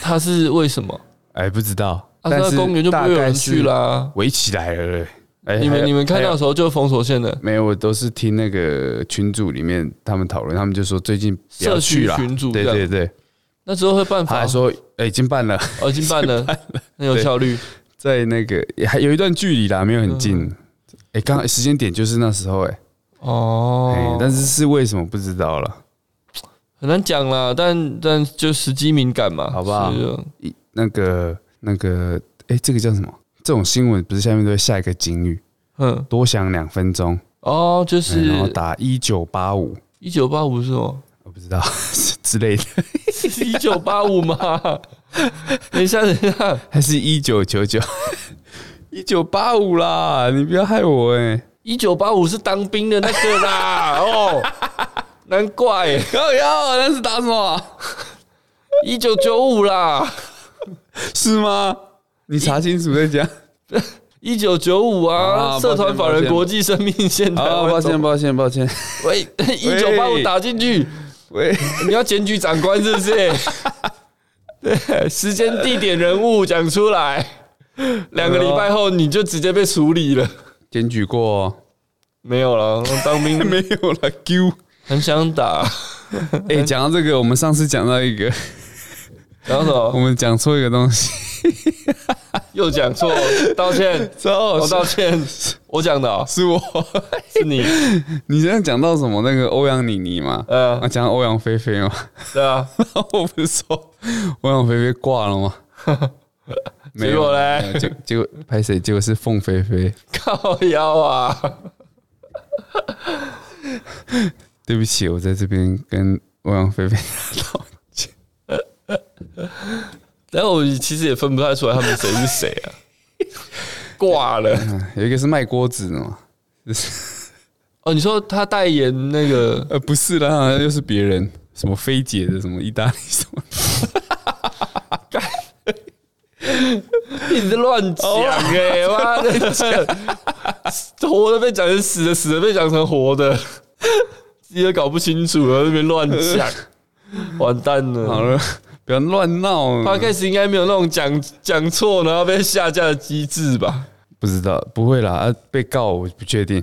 他是为什么？哎、不知道，啊，但那是公园就不大会有概人是去啦。围起来了、哎、你还有们你们看还有到的时候就封锁线的没有？我都是听那个群组里面他们讨论，他们就说最近不要社去区了。群组对这对样，对，那之后会办他法还，说、哎已经办了， 哦，已经办了，很有效率。在那个还有一段距离啦，没有很近。嗯哎、刚、时间点就是那时候、哎、哎哦，但是是为什么不知道了？很难讲啦，但但就时机敏感嘛，好不好是的一那个那个，哎、这个叫什么？这种新闻不是下面都会下一个警语，嗯，多想两分钟，哦，就哎然后是打一九八五，一九八五是吗？我不知道 之类的，是 一九八五吗？等一下，等一下，还是一九九九， 一九八五啦！你不要害我哎、一九八五是当兵的那个啦，哦，难怪高腰那是打什么？一九九五啦，是吗？你查清楚再讲。一九九五啊抱啊，歉社团法抱人歉国际生命线台好，湾抱歉，总，抱歉，抱歉。喂，一九八五打进去，喂，你要检举长官是不是？对，时间、地点、人物讲出来，两个礼拜后你就直接被处理了。检举过、哦、没有了，当兵 没有了？Q。很想打，哎、讲到这个，我们上次讲到一个，然后什我么们讲错一个东西， 又讲错，道 歉，超我道歉，我讲的哦、是我。 是你，你现在讲到什么？那个欧阳妮妮嘛，呃啊，，讲到欧阳菲菲嘛，对啊，然后 我不是说欧阳菲菲挂了吗？没结有果嘞没有结结果拍谁？结果是凤飞飞。靠腰啊，对不起，我在这边跟欧阳菲菲道歉。但我其实也分不太出来他们谁是谁 啊，挂了。嗯有一个是卖锅子的嘛，哦，你说他代言那个呃，不是啦，又是别人，什么菲姐的，什么意大利什么， 嗯一直乱讲哎，妈的，活的被讲成死的，死的被讲成活的， 自己都搞不清楚了，在那边乱 讲，完蛋好了。了，不要乱闹。 Podcast 应该没有那种讲讲错然后被下架的机制吧？不知道，不会啦，啊，被告我不确定，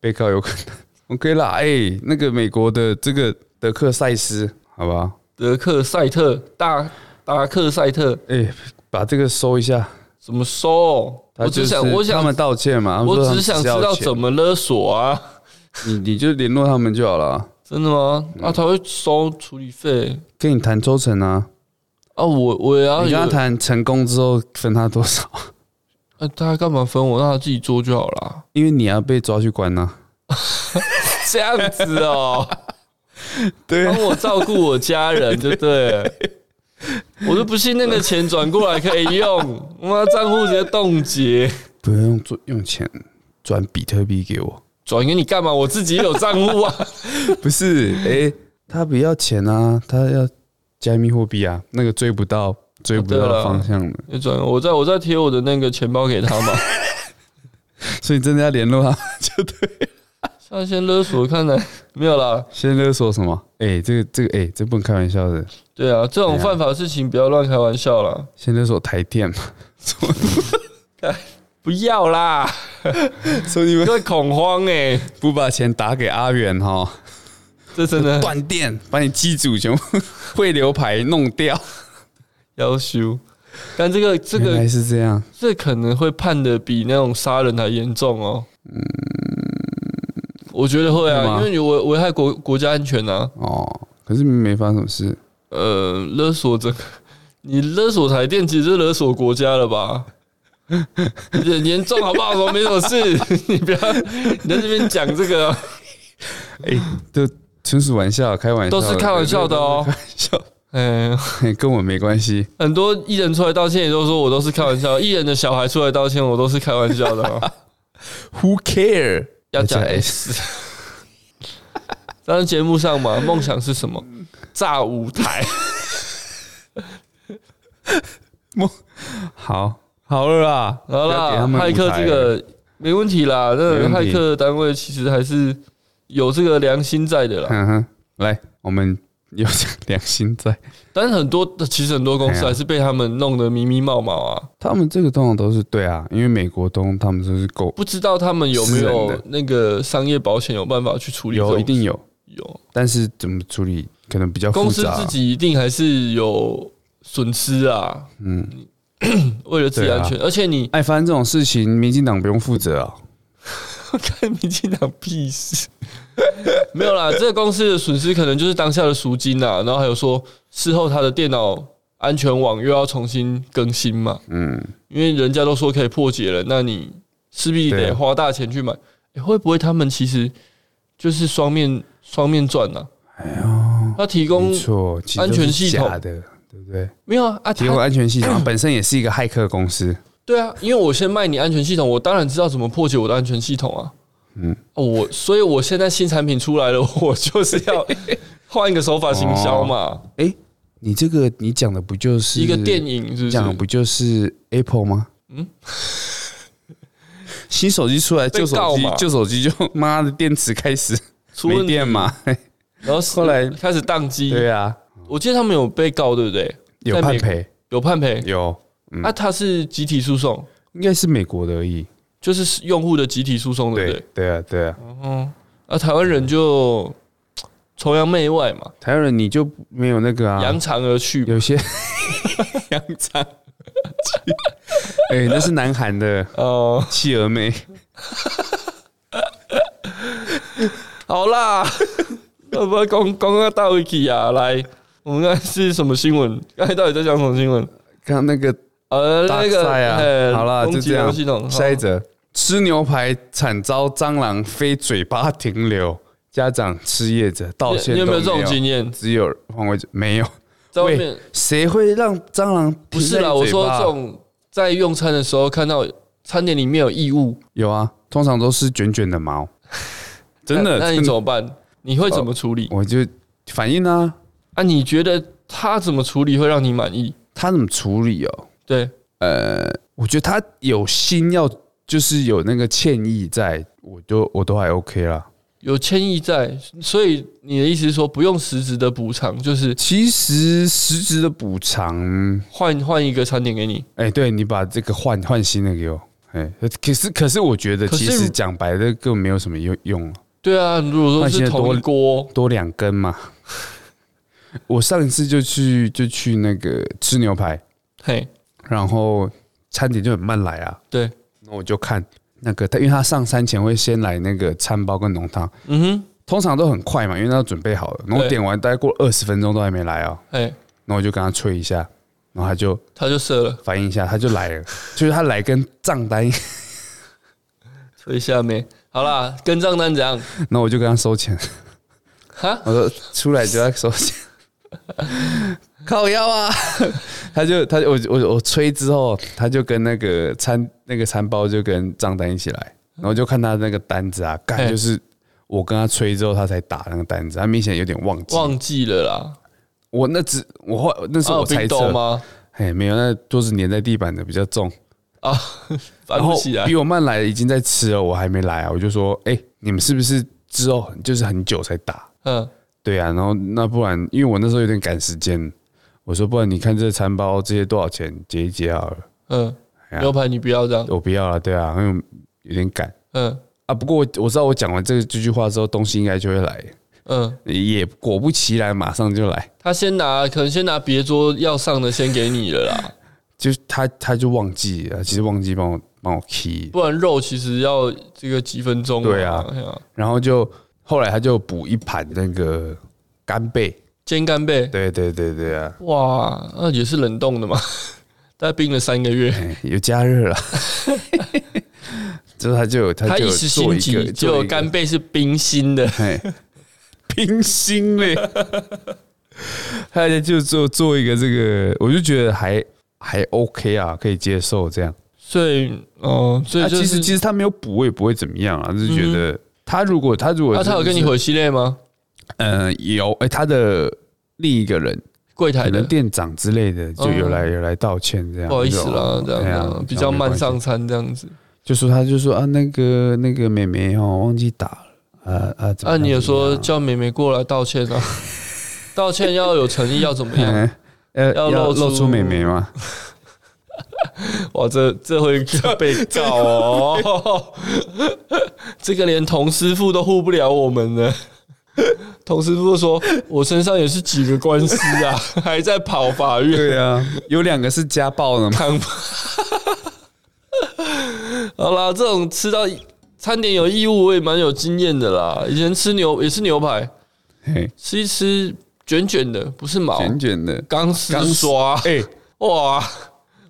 被告有可能 OK 啦。哎、那个美国的这个德克赛斯，好吧，德克赛特大达克赛特哎、把这个收一下。怎么收？他我就只是想，我他想们道歉嘛，他们说我他们只想是知要道钱怎么勒索啊！你你就联络他们就好了，真的吗？嗯啊，他会收处理费跟你谈抽成啊，啊，我我也要你有跟他谈成功之后分他多少，啊，他干嘛分我？让他自己做就好啦。因为你要被抓去关呐、啊这样子哦， 对帮我照顾我家人，对不对？我都不信那个钱转过来可以用，妈账户直接冻结，不用做用钱转比特币给我，转给你干嘛？我自己也有账户啊。不是，哎、他不要钱啊，他要加密货币啊，那个追不到追不哦对到了方向的， 你转，我再我再贴我的那个钱包给他 嘛。所以真的要联络他， 就对。他先勒索看来没有啦。先勒索什么？哎、这个这个，哎、这不能开玩笑的。对啊，这种犯法事情不要乱开玩笑啦，先勒索台电 嘛，不要啦，所以你们会恐慌哎、不把钱打给阿元哈， 这真的断电，把你机组全部 汇流牌弄掉。要修。但这个这原个来是这样，这可能会判的比那种杀人还严重哦。我觉得会嗯是啊，吗因为你危危害国国家安全啊。哦，可是没发生什么事。呃，勒索这个， 你勒索台电，其实是勒索国家了吧？ 很严重好不好？我没什么事， 你不要你在这边讲这个，啊哎、这纯属玩笑，开玩笑的，都是开玩笑的 哦对。对对嗯、开玩笑，跟我没关系。很多艺人出来道歉也都说我都是开玩笑，艺人的小孩出来道歉我都是开玩笑的、 哦， Who care？要讲要讲 S。当哎然节目上嘛，梦想是什么？炸舞台。好，好了啦，好不 要给他啦，们骇舞客台这个没问题啦，那没个问题骇客单位其实还是有这个良心 在的啦。 嗯哼，来，我们有良心在。但是很多其实很多公哎司呀还是被他们弄得迷迷毛毛啊， 他们这个通常都是对啊，因为美国东他们都是够不知道他们有没私人有的那个商业保险有办法去处理这种。有一定有，有，但是怎么处理可能比较公复司杂。自己一定还是有损失啊，嗯， 为了自己对啊安全，而且你哎，反正这种事情，民进党不用负责啊。看民进党屁事， 没有啦，这个公司的损失可能就是当下的赎金啊，然后还有说事后他的电脑安全网又要重新更新嘛，嗯，因为人家都说可以破解了，那你势必对得啊花大钱去买，诶会不会他们其实就是双面双面赚呢、啊？他提供没错，其实安全系统都是假的，对 不对？没有啊？啊，提供他安全系统它本身也是一个骇客公司，对啊，因为我先卖你安全系统，我当然知道怎么破解我的安全系统啊。嗯嗯，我所以我现在新产品出来了， 我就是要换一个手法行销嘛。哦你这个你讲的不就是一个电影是不讲的是？不就是 Apple 吗？嗯嗯， 新手机出来，旧被告手机嘛旧手机就妈的电池开始出没问题，电 嘛？然后后来开始宕机。对啊，我记得他们有被告，对不对？有在判美赔，有判赔。有嗯啊，他是集体诉讼，应该是美国的而已。就是用户的集体诉讼，对不对对？对啊，对啊，嗯，啊，台湾人就崇洋媚外嘛，台湾人你就没有那个啊，扬长而去嘛。有些 扬长，哎、那是南韩的哦，企鹅 妹，好啦， 要不要讲讲到到一起啊？来，我们刚才是什么新闻？刚才到底在讲什么新闻？刚刚那个呃，大那赛个，嘿啊，好啦，攻就击这样人系统，。下一好则，吃牛排惨遭蟑螂飞嘴巴停留，家长吃叶子道你歉你有没有这都种经验？只有换位置没有，在外喂面谁会让蟑螂停不是啦，在我嘴说巴这种在用餐的时候看到餐点里面有异物，有啊，通常都是卷卷的 毛，真的，那那你真怎的哦么办？你会怎么处理？我就反应啊，啊，你觉得他怎么处理会让你满意？他怎么处理哦？对，我觉得他有心要，就是有那个歉意在，我就我都还 OK 啦。有歉意在，所以你的意思是说不用实质的补偿，就是其实实质的补偿，换换一个餐点给你。哎、对你把这个换换新的给我，哎、可是可是我觉得可其是实讲白的更没有什么用用了，对啊，如果说换新是的同一锅，多两根嘛。 我上一次就去就去那个吃牛排，嘿，然后餐点就很慢来啊，对，那我就看那个，他因为他上山前会先来那个餐包跟浓汤，嗯哼，通常都很快嘛，因为他都准备好了。然后对点完大概过二十分钟都还没来哦，哎、然后我就跟他催一下，然后他就他就射了，反应一下，他就来了，就是他来跟账单，吹一下没？好啦，跟账单怎样？ 然后我就跟他收钱，哈，我说出来就要收钱， 靠腰啊！ 他就他我我我吹之后，他就跟那个餐那个餐包就跟账单一起来，然后就看他那个单子啊，干嘿就是我跟他吹之后，他才打那个单子，他明显有点忘记。忘记了啦。我那只我后那时候我啊有猜冰豆测，吗？哎，没有，那都是粘在地板的比较重，啊， 然翻不后起来比。我慢来已经在吃了，我还没来啊，我就说，哎，你们是不是之后就是很久才打？嗯，对啊，然后那不然，因为我那时候有点赶时间，我说不然你看这餐包这些多少钱，结一结好了。嗯，哎呀牛排你不要这样。我不要了，对啊，因为有点赶嗯啊。不过我我知道我讲完这个这句话之后，东西应该就会来，嗯，也果不其然，马上就来，他先拿，可能先拿别桌要上的先给你了 啦，就他他就忘记了，其实忘记帮我帮我 key，不然肉其实要这个几分钟。对啊哎呀，然后就后来他就补一盘那个干贝，煎干贝，对对对对啊，哇，那也是冷冻的嘛， 大概冰了三个月。哎有加热 了。 之后他就有，他就一有时做兴一个起，就干贝是冰心的， 哎，冰心嘞， 他就做做一个这个，我就觉得还还 OK 啊，可以接受这样。所以哦，所啊以就其实是其实他没有补，我也不会怎么样啊，就是觉得他如果他如果啊，他有跟你回，回系列吗？呃，有哎，他的另一个人柜台可的嗯能，店长之类的就有来有来道歉这样，不好意思就说啦，这哎呀样啊子比较慢，没上关系餐这样子。就说他就说啊，那个那个妹妹哦，忘记打了。啊啊！怎么啊，样你有说怎叫美美过来道歉啊？ 道歉要有诚意，要怎么么样样？哎呃，要要露露出出妹妹吗？ 哇，这 这会被告哦！这个 连童师傅都护不了我们呢。 童师傅说：“我身上也是几个官司啊， 还在跑法院。”对啊，有两个是家暴 的嘛。汤。 好啦，这种吃到餐点有异物，我也蛮有经验的啦。以前吃牛也是牛排，嘿吃一吃卷卷的，不是毛，卷卷的，钢丝钢丝刷，哦哎、哇！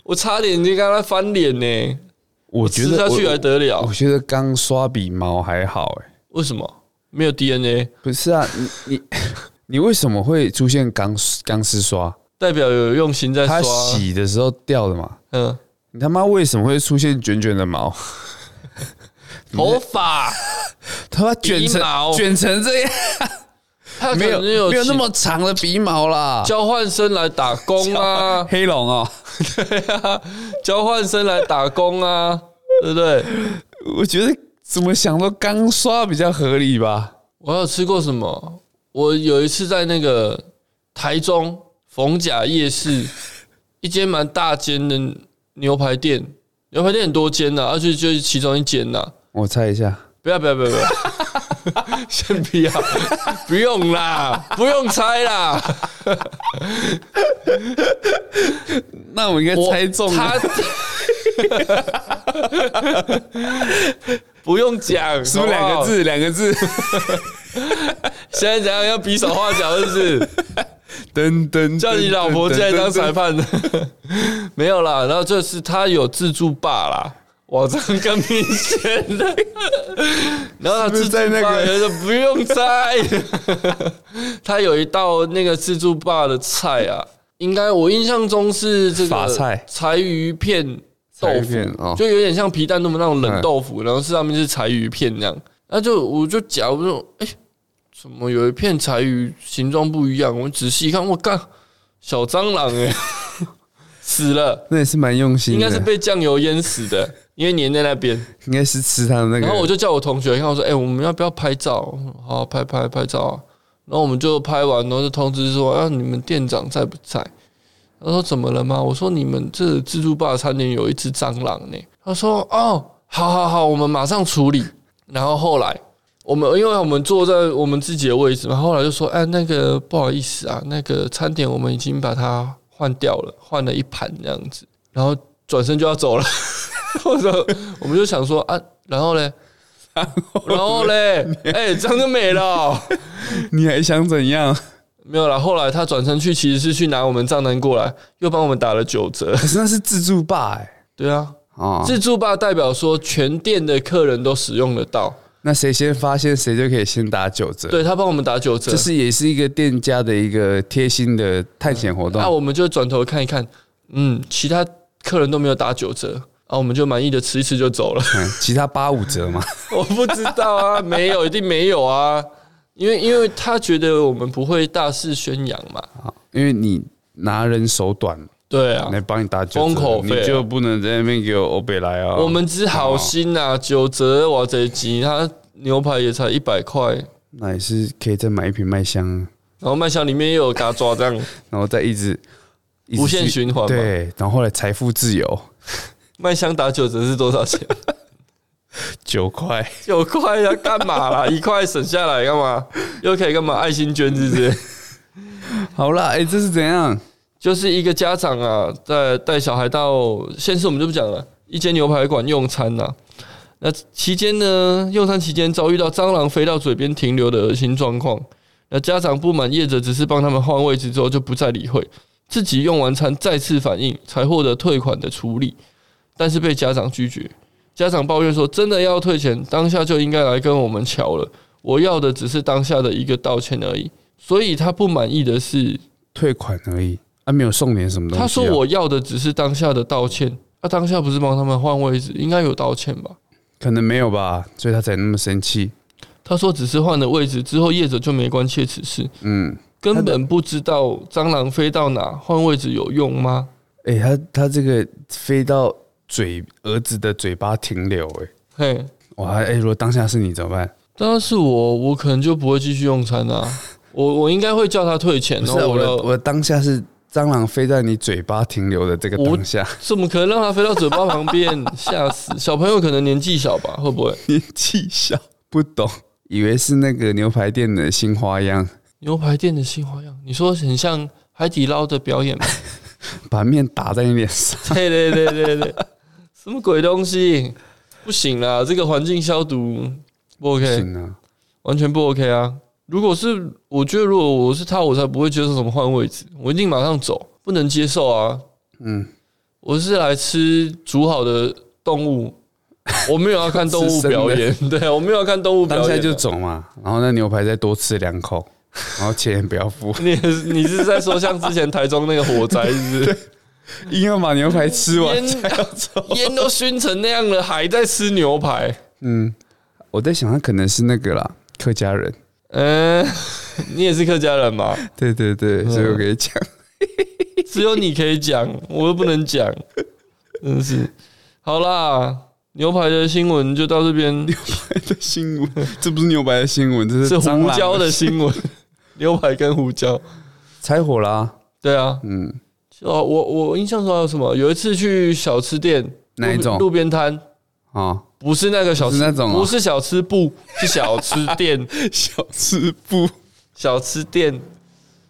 我差点就跟他翻脸呢，我觉吃得下去我还得我了？觉得钢刷比毛还好、哎，为什么没有 DNA？不是啊，你你你为什么会出现钢钢丝刷？代表有用心在它刷，洗的时候掉的嘛？嗯，你他妈为什么会出现卷卷的毛？ 头发，他妈卷鼻成毛卷成这样，他可没有能有没有那请么长的鼻毛啦。交换生来打 工啊，黑龙哦，对啊，交换生来打工啊，对不对？我觉得怎么想都钢刷比较合理吧。我还有吃过什么？我有一次在那个台中逢甲夜市，一间蛮大间的牛排店，牛排店很多间呐、而且就是其中一间呐、我猜一下，不要不要不 要不要，先不要，不用啦，不用猜啦，那我应该我猜中了，他， 不用讲，是不是好两好个？字？两个字。现在怎样要比手画脚，是不是？噔噔，叫你老婆进来当裁判 的，没有啦。然后就是他有自助吧啦，哇，这个更明 显的。然后他自是不是助在那吧个有的不用猜， 他有一道那个自助吧的菜啊，应该我印象中是这个法菜柴鱼片豆豆腐，片哦，就有点像皮蛋那么那种冷豆腐，然后是上面是柴鱼片这样。那就我就夹，我就哎、怎么有一片柴鱼形状不一样？我仔细一看，我干，小蟑螂哎、 死了，那也是蛮用心应的，该是被酱油淹死的，因为粘在那边。应该是吃他的那个。然后我就叫我同学看，我说：“哎、我们要不要拍照？我说好，拍拍拍照、啊。”然后我们就拍完，然后就通知说：“啊，你们店长在不在？”他说：“怎么了吗？”我说：“你们这自助吧餐点有一只蟑螂呢。”他说：“哦，好好好，我们马上处理。”然后后来我们因为我们坐在我们自己的位置嘛，后来就说：“哎，那个不好意思啊，那个餐点我们已经把它换掉了，换了一盘这样子。”然后转身就要走了。 或者我们就想说啊，然后 嘞，然后嘞，哎，这样就没了。你还想怎 样？没有啦，后来他转身去，其实是去拿我们账单过来，又帮我们打了九折。可是那是自助吧、哎对啊，哦，自助吧代表说全店的客人都使用得到，那谁先发现谁就可以先打九折。对他帮我们打九折这，是也是一个店家的一个贴心的探险活动那。啊我们就转头看一看，嗯，其他客人都没有打九折，啊，我们就满意的吃一吃就走 了。嗯，其他八五折 嘛，我不知道啊，没有，一定没有啊，因为因为他觉得我们不会大肆宣扬嘛，因为你拿人手短嘛，对啊，来帮你打九封折，口费啊你就不能在那边给我欧北来啊。我们只好心呐、啊，九折哇这集，他牛排也才一百块，那也是可以再买一瓶麦香啊，然后麦香里面也有嘎抓这 样，然后再一直一直去无限循环嘛对，然后后来财富自由麦香打九折是多 少钱？九块，九块要干嘛啦？一块省下来干嘛？又可以干嘛？爱心捐是不是？ 好啦，哎、这是怎样？就是一个家长啊，带带小孩到，先是我们就不讲了，一间牛排馆用餐呐、那期间呢，用餐期间遭遇到蟑螂飞到嘴边停留的恶心状况，那家长不满业者只是帮他们换位置之后就不再理会，自己用完餐再次反应才获得退款的处理，但是被家长拒绝。家长抱怨说：“真的要退钱，当下就应该来跟我们瞧了。我要的只是当下的一个道歉而已。”所以他不满意的是，退款而已，啊，没有送点什么东西啊、他说我要的只是当下的道歉，他、当下不是帮他们换位置，应该有道歉吧？可能没有吧，所以他才那么生气。他说只是换了位置之后，业者就没关切此事，嗯，根本不知道蟑螂飞到哪换位置有用吗？哎、他他这个飞到嘴儿子的嘴巴停留、哎，嘿，哇，哎、如果当下是你怎么办？当然是我，我可能就不会继续用餐 啊，我我应该会叫他退钱不是哦，啊、然后我的我我的当下是蟑螂飞在你嘴巴停留的这个当下，怎么可能让他飞到嘴巴旁 边？吓死！小朋友可能年纪小吧，会不会？年纪小不懂，以为是那个牛排店的新花样，牛排店的新花样，你说很像海底捞的表演吗？把面打在你脸上。 对对对对对，什么鬼东西？不行啦，这个环境消毒不 OK，行啊，完全不 OK 啊！如果是我觉得，如果我是他，我才不会接受什么换位置，我一定马上走，不能接受啊！嗯，我是来吃煮好的动 物，我没有要看动是物生的表演，对我没有要看动物表当演啊，下就走嘛，然后那牛排再多吃两口，然后钱也不要付，你你是在说像之前台中那个火 灾是不是？硬要把牛排吃完。烟烟都熏成那样了，还在吃牛排？嗯，我在想他可能是那个啦，客家人。嗯，你也是客家人嘛？对对对，嗯所以我给你讲，只有你可以讲，我又不能 讲，真是。好啦，牛排的新闻就到这 边，这新闻，这不是牛排的新闻，这 是蟑胡螂椒的 新闻，牛排跟胡椒。柴火啦、对啊，嗯，哦，我我印象中还有什么？有一次去小吃店，哪一种路路边摊？啊、不是那个小吃，不是那种啊不是小吃部，是小吃 店。小吃 部小吃店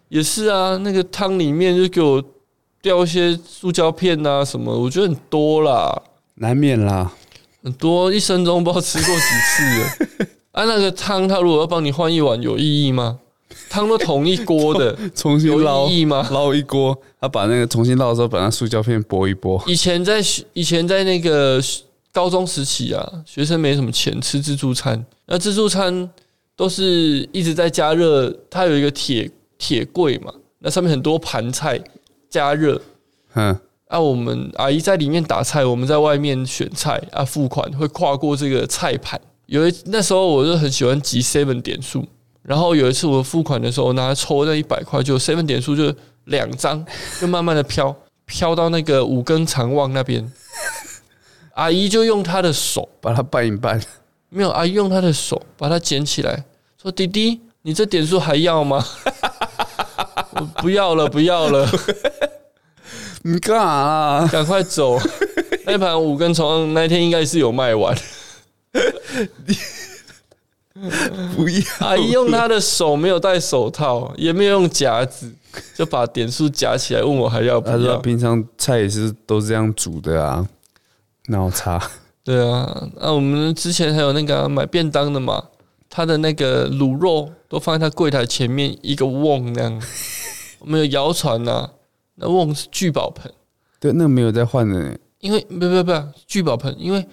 也是啊，那个汤里面就给我掉一些塑胶片啊什么，我觉得很多啦，难免啦，很多，一生中不知道吃过几次了。啊，那个汤他如果要帮你换一碗，有意义吗？汤都 同一锅的，重新有捞意义吗？捞一锅，他把那个重新捞的时候，把那塑胶片剥一剥， 以前在以前在那个高中时期啊，学生没什么钱吃自助餐，那自助餐都是一直在加热，它有一个铁铁柜嘛，那上面很多盘菜加热。嗯，啊，我们阿姨在里面打菜，我们在外面选菜啊，付款会跨过这个菜盘。有一那时候我就很喜欢集 seven 点数，然后有一次我付款的时候，我拿抽那一百块，就 seven 点数就两张，就慢慢的飘飘到那个五更长旺那边。阿姨就用她的手，把它拌一拌， 没有阿姨用她的手把它捡起来，说：“弟弟，你这点数还要吗？” 我不要了，不要了。你干啥啦？赶快 走！那盘五根虫那一天应该是有卖 完。不要，阿姨用她的手没有戴手套，也没有用夹子，就把点数夹起来，问我还要不他说要。 平常菜也是都这样煮的啊，脑茶，对啊，啊，我们之前还有那个啊、买便当的嘛，他的那个卤肉都放在他柜台前面一个瓮那 样。我们有谣传呐，那瓮是聚宝盆，对，那个没有在换的呢，因为不不不聚宝盆，因为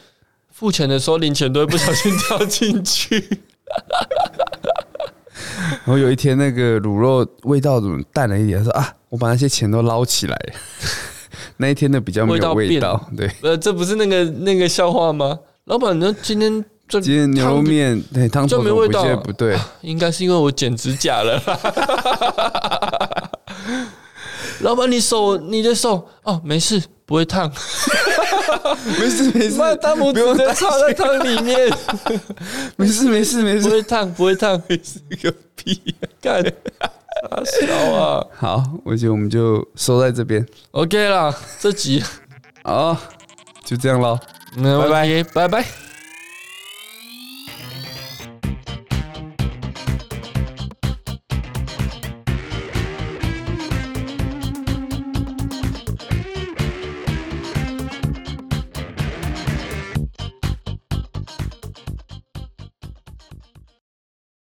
付钱的时候零钱都会不小心掉进去。然后有一天那个卤肉味道怎么淡了一点，他说啊，我把那些钱都捞起来。 那一天的比较没有味味道道，对。呃，这不是那个那个笑话吗？老板，那今天这今天牛肉汤不面对汤头就没怎么味不道见了不 对，应该是因为我剪指甲了。 老板，你手你的手哦，没事，不会烫。没事没事妈，大拇指在插在汤里面，没事没事没不事，会烫，不会烫，个屁！干傻笑啊好，我觉得我们就收在这边， ！OK 啦，这集好，就这样喽。没问题，拜拜。